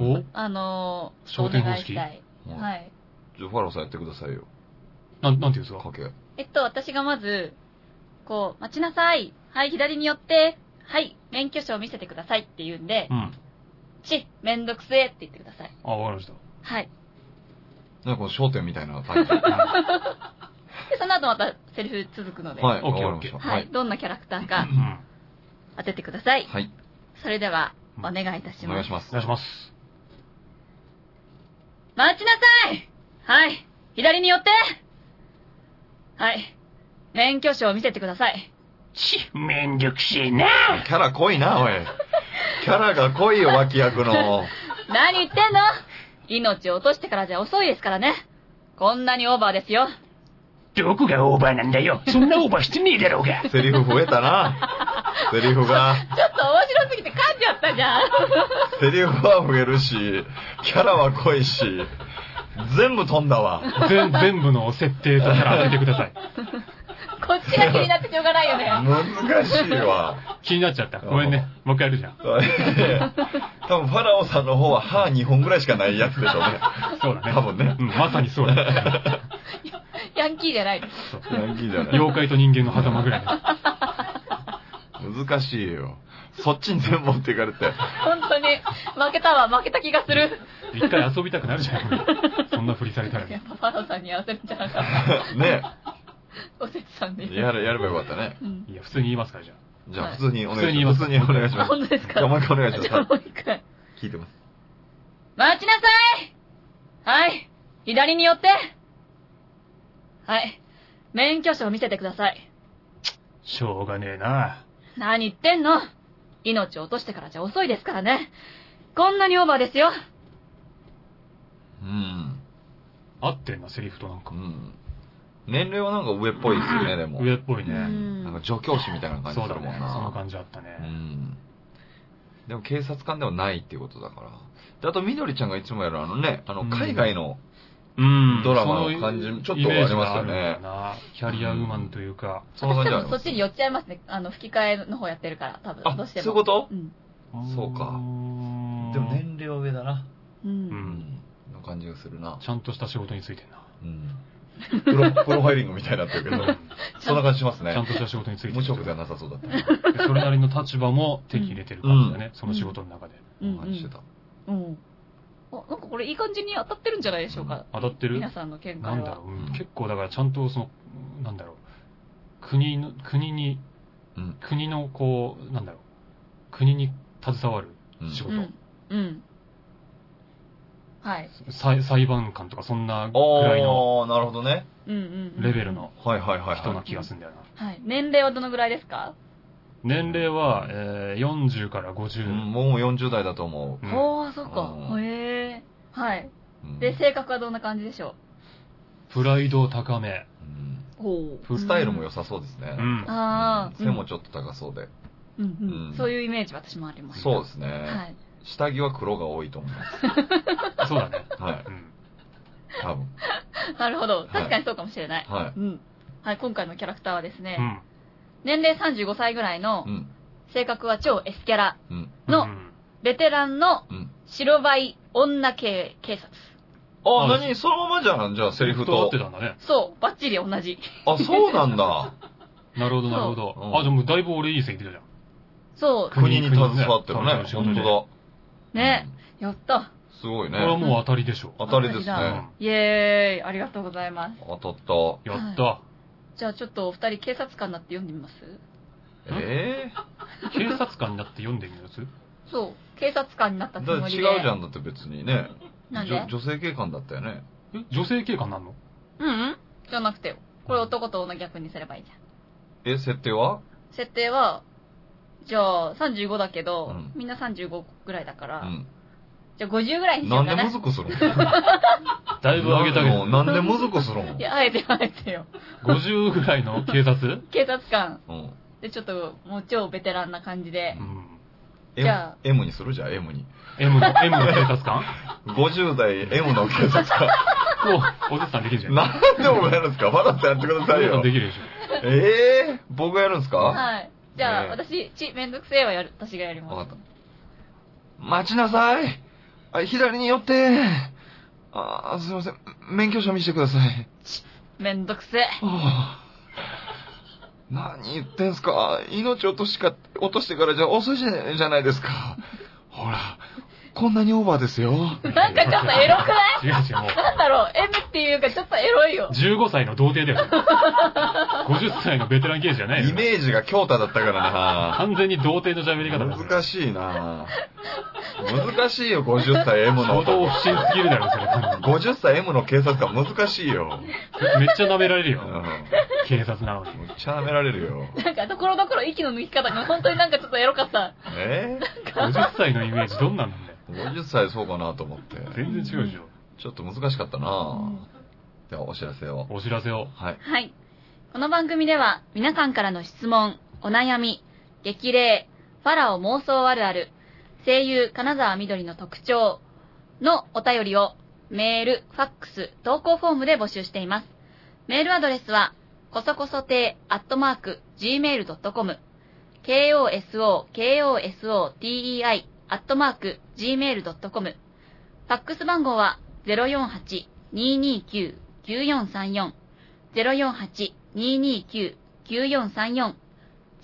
[SPEAKER 1] お
[SPEAKER 4] あのー、
[SPEAKER 1] 焦点方式
[SPEAKER 4] お願いしたい。
[SPEAKER 2] う。うん
[SPEAKER 4] はい。
[SPEAKER 2] じゃあファラオさんやってくださいよ。
[SPEAKER 1] なん、なんていうんですか
[SPEAKER 2] かけ。
[SPEAKER 4] えっと、私がまず、こう、待ちなさい。はい、左に寄って。はい、免許証を見せてくださいって言うんで
[SPEAKER 1] う、ん。
[SPEAKER 4] ち、めんどくせえって言ってください。
[SPEAKER 1] あ、わかりました。
[SPEAKER 4] はい。
[SPEAKER 2] なんかこの焦点みたいな感じ。はい。
[SPEAKER 4] で、その後またセリフ続くので、
[SPEAKER 2] わか
[SPEAKER 4] い、
[SPEAKER 1] オッケー
[SPEAKER 2] りました。
[SPEAKER 4] は
[SPEAKER 2] はいい。
[SPEAKER 4] どんなキャラクター
[SPEAKER 1] う
[SPEAKER 4] か
[SPEAKER 1] ん。
[SPEAKER 4] 当ててください。
[SPEAKER 2] はい。
[SPEAKER 4] それでは、
[SPEAKER 1] う
[SPEAKER 4] お
[SPEAKER 1] ん
[SPEAKER 4] 願いいたし
[SPEAKER 2] お願
[SPEAKER 4] ま
[SPEAKER 2] い
[SPEAKER 4] す
[SPEAKER 2] し。ま
[SPEAKER 1] お
[SPEAKER 2] す
[SPEAKER 1] 願い。します。
[SPEAKER 4] 待ちなさいはい、左に寄ってはい、免許証を見せてください。
[SPEAKER 1] ち、めんどくせえな。
[SPEAKER 2] キャラ濃いな、おい。キャラが濃いよ、脇役の。
[SPEAKER 4] 何言ってんの命を落としてからじゃ遅いですからね。こんなにオーバーですよ。
[SPEAKER 1] どこがオーバーなんだよ。そんなオーバーしてねえだろうが。
[SPEAKER 2] セリフ増えたな。セリフが、
[SPEAKER 4] ちょっと面白すぎて噛んじゃったじゃん。
[SPEAKER 2] セリフは増えるし、キャラは濃いし、全部飛んだわ。
[SPEAKER 1] 全、全部の設定とキャラ当ててください。
[SPEAKER 4] こっちが気になってしょうがないよね。
[SPEAKER 2] 難しいわ。
[SPEAKER 1] 気になっちゃった。ごめんね。もう一回やるじゃん。
[SPEAKER 2] 多分ファラオさんの方は歯2本ぐらいしかないやつでしょうね。
[SPEAKER 1] そうだね。
[SPEAKER 2] 多分ね
[SPEAKER 1] うん、まさにそうだね。
[SPEAKER 4] ヤンキーじゃない。
[SPEAKER 1] そう
[SPEAKER 2] ヤンキーじゃない
[SPEAKER 1] 妖怪と人間の狭間ぐらいの。
[SPEAKER 2] 難しいよ。そっちに全部持っていかれて。
[SPEAKER 4] 本当に。負けたわ、負けた気がする。
[SPEAKER 1] 一回遊びたくなるじゃん。そんなふりされたら。
[SPEAKER 4] や
[SPEAKER 1] ね
[SPEAKER 4] っぱファローさんに合わせるんじゃなか っ
[SPEAKER 2] ね。
[SPEAKER 4] た。おせつさんで。
[SPEAKER 2] やれ、やればよかったね。
[SPEAKER 4] うん。
[SPEAKER 1] いや、普通に言いますから、じゃ
[SPEAKER 2] じゃあ、普通にお
[SPEAKER 1] 普通
[SPEAKER 2] 願
[SPEAKER 1] に
[SPEAKER 2] いし
[SPEAKER 1] 言い
[SPEAKER 2] ま
[SPEAKER 1] ます
[SPEAKER 2] す。普通にお願いし
[SPEAKER 4] あ
[SPEAKER 2] ます。
[SPEAKER 4] 本当ですか
[SPEAKER 2] じゃあ、もう一回お願いしま
[SPEAKER 4] じ
[SPEAKER 2] す
[SPEAKER 4] ゃあ
[SPEAKER 2] は
[SPEAKER 4] もう一回。
[SPEAKER 2] い。聞いてます。
[SPEAKER 4] 待ちなさいはい。左に寄ってはい。免許証を見せてください。
[SPEAKER 1] あ。しょうがねえな。
[SPEAKER 4] 何言ってんの命を落としてからじゃ遅いですからね。こんなにオーバーですよ。
[SPEAKER 2] うん。
[SPEAKER 1] 合ってんな、セリフとなん
[SPEAKER 2] う
[SPEAKER 1] か。
[SPEAKER 2] ん。年齢はなんか上っぽいですよね、でも。
[SPEAKER 1] 上っぽいね。
[SPEAKER 4] うん
[SPEAKER 2] なんか助教師みたいな感じ
[SPEAKER 1] そ
[SPEAKER 2] す
[SPEAKER 1] うだ
[SPEAKER 2] るも
[SPEAKER 1] ね
[SPEAKER 2] ん。
[SPEAKER 1] その
[SPEAKER 2] な。
[SPEAKER 1] 感じあった
[SPEAKER 2] う
[SPEAKER 1] ね。
[SPEAKER 2] ん。でも警察官ではないっていうことだから。で、あと、みどりちゃんがいつもやるあのね、あ
[SPEAKER 1] う
[SPEAKER 2] の、
[SPEAKER 1] ん
[SPEAKER 2] 海外の、
[SPEAKER 1] うん
[SPEAKER 2] ドラマの感じちょっとありますよね。
[SPEAKER 1] キャリアウーマンというか、
[SPEAKER 2] その感
[SPEAKER 4] 私多
[SPEAKER 2] じあり
[SPEAKER 4] 分そ
[SPEAKER 2] ま
[SPEAKER 4] っ
[SPEAKER 2] す
[SPEAKER 4] ちに寄っちゃいますね。あの、吹き替えの方やってるから、多分。どう
[SPEAKER 2] あ、
[SPEAKER 4] して
[SPEAKER 2] そう
[SPEAKER 4] も。
[SPEAKER 2] いうこと
[SPEAKER 4] うん。
[SPEAKER 2] そうか
[SPEAKER 1] ん
[SPEAKER 2] でも年齢は上だな。
[SPEAKER 4] う。
[SPEAKER 1] うんん。
[SPEAKER 2] の感じがするな。
[SPEAKER 1] ちゃんとした仕事についてんな。
[SPEAKER 2] うん。プロ、プロファイリングみたいになっ てるけど、そんな感じします
[SPEAKER 1] ちゃん
[SPEAKER 2] ね。
[SPEAKER 1] とした仕事についてる
[SPEAKER 2] 無職ではなさそうだったね。
[SPEAKER 1] でそれなりの立場も手に入れてる感じだね、その仕事の中で。
[SPEAKER 4] うん
[SPEAKER 2] お話ししてた。
[SPEAKER 4] うん。あ、なんかこれいい感じに当たってるんじゃないでしょうか。
[SPEAKER 1] 当たってる
[SPEAKER 4] 皆さんの見
[SPEAKER 1] な
[SPEAKER 4] 解
[SPEAKER 1] んだ
[SPEAKER 4] は
[SPEAKER 1] ろ。う、うん結構だからちゃんとその、なんだろう、国の、国に、
[SPEAKER 2] うん
[SPEAKER 1] 国のこう、なんだろう、国に携わる
[SPEAKER 2] うん
[SPEAKER 1] 仕
[SPEAKER 4] う
[SPEAKER 1] 事、
[SPEAKER 4] ん。うん。はい。
[SPEAKER 1] 裁裁判官とかそんなぐらいの
[SPEAKER 2] ああ、なるほどね。
[SPEAKER 4] うんうんうん。
[SPEAKER 1] レベル。の
[SPEAKER 2] はいはいはい
[SPEAKER 1] 人
[SPEAKER 2] は。
[SPEAKER 1] ない気がするんだよな。
[SPEAKER 4] はい。年齢はどのぐらいですか
[SPEAKER 1] 年齢は、えー40から50。
[SPEAKER 2] うん、僕も40代だと思
[SPEAKER 1] うん
[SPEAKER 4] おー、そっ
[SPEAKER 2] う
[SPEAKER 4] か。
[SPEAKER 2] ん
[SPEAKER 4] へえ。はい。
[SPEAKER 2] ううん。
[SPEAKER 4] で、性格はどんな感じでしょ
[SPEAKER 1] プライドを高め。
[SPEAKER 2] うん
[SPEAKER 4] うほ
[SPEAKER 1] う
[SPEAKER 2] スタイルも良さそうですね。
[SPEAKER 1] うん
[SPEAKER 4] ああ。
[SPEAKER 2] 背もちょっと高そうで。
[SPEAKER 4] うん
[SPEAKER 2] う
[SPEAKER 4] うんん。そういうイメージ私もあります。
[SPEAKER 2] そうですね。
[SPEAKER 4] はい。
[SPEAKER 2] 下着は黒が多いと思います。
[SPEAKER 1] そうだね。
[SPEAKER 2] はい。
[SPEAKER 1] うん。
[SPEAKER 2] 多分。
[SPEAKER 4] なるほど。確かにそうかもしれない。
[SPEAKER 2] は
[SPEAKER 4] うん。はい、今回のキャラクターはですね、
[SPEAKER 1] うん。
[SPEAKER 4] 年齢35歳ぐらいの
[SPEAKER 2] い。う、ん。
[SPEAKER 4] 性格は超 S キャラ、
[SPEAKER 2] うん。
[SPEAKER 4] の
[SPEAKER 1] うん
[SPEAKER 4] ベテランの
[SPEAKER 2] うん。
[SPEAKER 4] 白バイ女系警察。
[SPEAKER 2] あ、
[SPEAKER 1] あ
[SPEAKER 2] 何そのままじゃん。じゃあ、セリフ
[SPEAKER 1] ずっ合っ
[SPEAKER 2] と
[SPEAKER 1] て。たんだね。
[SPEAKER 4] そう、バッチリ同じ。
[SPEAKER 2] あ、そうなんだ。
[SPEAKER 1] なるほど、なるほ
[SPEAKER 2] そ
[SPEAKER 1] ど。
[SPEAKER 2] う
[SPEAKER 1] あ、でもだいぶ俺いい線いってたじゃん。
[SPEAKER 4] そ
[SPEAKER 2] 国に携わってる
[SPEAKER 1] 国の
[SPEAKER 2] ね。
[SPEAKER 1] 仕事
[SPEAKER 2] 本
[SPEAKER 1] で
[SPEAKER 2] 当
[SPEAKER 4] う、
[SPEAKER 2] だ。
[SPEAKER 4] ね、やった。
[SPEAKER 2] うん。すごい
[SPEAKER 1] これは
[SPEAKER 2] ね。
[SPEAKER 1] もう当たりでしょ。
[SPEAKER 2] 当たりです
[SPEAKER 4] 当たり
[SPEAKER 2] ね。
[SPEAKER 4] イエーイ、ありがとうございます。
[SPEAKER 2] 当たった。
[SPEAKER 1] やった。
[SPEAKER 4] じゃあちょっとお二人警察官になって読んでみます
[SPEAKER 2] え
[SPEAKER 1] 警察官になって読んでみるやつ
[SPEAKER 4] そう、警察官になっ
[SPEAKER 2] え
[SPEAKER 4] た
[SPEAKER 2] ー。
[SPEAKER 4] つ
[SPEAKER 2] だ
[SPEAKER 4] も
[SPEAKER 2] って違
[SPEAKER 4] りで。
[SPEAKER 2] うじゃん。だって別にね。
[SPEAKER 4] なん
[SPEAKER 2] じょ
[SPEAKER 4] で
[SPEAKER 2] 女性警官だったよね。
[SPEAKER 1] え女性警官なんの
[SPEAKER 4] うんうん。じゃなくてよ。これ男と女逆にすればいいじゃん。
[SPEAKER 2] え、設定は
[SPEAKER 4] 設定は、じゃあ35だけど、
[SPEAKER 2] うん
[SPEAKER 4] みんな35ぐらいだか
[SPEAKER 2] う
[SPEAKER 4] ら、
[SPEAKER 2] ん。
[SPEAKER 4] じゃあ50ぐらいにし
[SPEAKER 2] な
[SPEAKER 4] ようん
[SPEAKER 2] で
[SPEAKER 4] か
[SPEAKER 2] む
[SPEAKER 4] な。
[SPEAKER 2] ずくするの
[SPEAKER 1] だいぶ上げたけど、
[SPEAKER 2] なんでむずくするの
[SPEAKER 4] いや、あえてあえてよ。
[SPEAKER 1] 50ぐらいの警察
[SPEAKER 4] 警察官。
[SPEAKER 2] うん。
[SPEAKER 4] で、ちょっと、もう超ベテランな感じで
[SPEAKER 1] う。ん。
[SPEAKER 4] じゃあ
[SPEAKER 2] M, M にするじゃあ M に。
[SPEAKER 1] M の、M の警察 官
[SPEAKER 2] 50代 M の警察 官。
[SPEAKER 1] お、おじさんできるじゃん。
[SPEAKER 2] なんで僕やるんですかバラッとやってくだ
[SPEAKER 1] お
[SPEAKER 2] さい
[SPEAKER 1] じさん
[SPEAKER 2] よ
[SPEAKER 1] で。きるでしょ。
[SPEAKER 2] ええー、僕がやるんですかわ
[SPEAKER 4] はい。じゃあ、
[SPEAKER 2] ええ
[SPEAKER 4] 私、ち、めんどくせえはやる、私がやり
[SPEAKER 2] か
[SPEAKER 4] ま
[SPEAKER 2] っ
[SPEAKER 4] す
[SPEAKER 2] た。。待ちなさいあ左に寄ってあああ、すいません。免許証見せてください。
[SPEAKER 6] めんどくせえ。
[SPEAKER 2] ああ何言ってんすか命落としか、落としてからじゃ遅いじゃじゃないですか。ほら、こんなにオーバーですよ。
[SPEAKER 6] なんかちょっとエロくない
[SPEAKER 1] 違う違う、も
[SPEAKER 6] なんだろう、M っていうかちょっとエロいよ。
[SPEAKER 1] う、15歳の童貞だよね。50歳 のベテラン刑事じゃない
[SPEAKER 2] イ
[SPEAKER 1] よね。
[SPEAKER 2] メージが強太だったか らな。
[SPEAKER 1] 完全に童貞の喋り方だ
[SPEAKER 2] 難しいな難しいよ、50歳 M の
[SPEAKER 1] 相当不審すぎるだろ、それ完全に。
[SPEAKER 2] 50歳 M の警察官難しいよ。
[SPEAKER 1] めっちゃ舐められる
[SPEAKER 2] う
[SPEAKER 1] よ。
[SPEAKER 2] ん。
[SPEAKER 1] 警察なのに。
[SPEAKER 2] めっちゃ舐められるよ。
[SPEAKER 6] なんかところどころ息の抜き方が本当になんかちょっとエロかった。
[SPEAKER 2] え
[SPEAKER 1] 50歳のイメージどんなんなんだよ。
[SPEAKER 2] 50歳そうかなと思って。
[SPEAKER 1] 全然違うでしょ。
[SPEAKER 2] ちょっと難しかったなでは、お知らせを。
[SPEAKER 1] お知らせを。
[SPEAKER 2] はい。
[SPEAKER 6] はい。
[SPEAKER 4] この番組では皆さんからの質問、お悩み、激励、ファラオ妄想あるある、声優金沢みどりの特徴のお便りをメール、ファックス、投稿フォームで募集しています。メールアドレスは、こそこそてアットマーク、gmail.com、koso, koso, tei, アットマーク、gmail.com、ファックス番号は048-229-9434、048-229-9434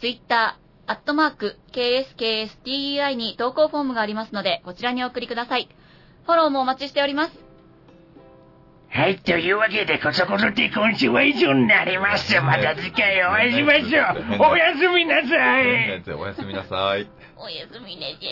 [SPEAKER 4] ツイッター、アットマーク、KSKSTEI に投稿フォームがありますので、こちらにお送りください。フォローもお待ちしております。
[SPEAKER 5] はい、というわけで、こそこそで今週は以上になります。また次回お会いしましょう。 おやすみなさい。
[SPEAKER 2] 先生おやすみなさい。
[SPEAKER 6] おやすみねじい。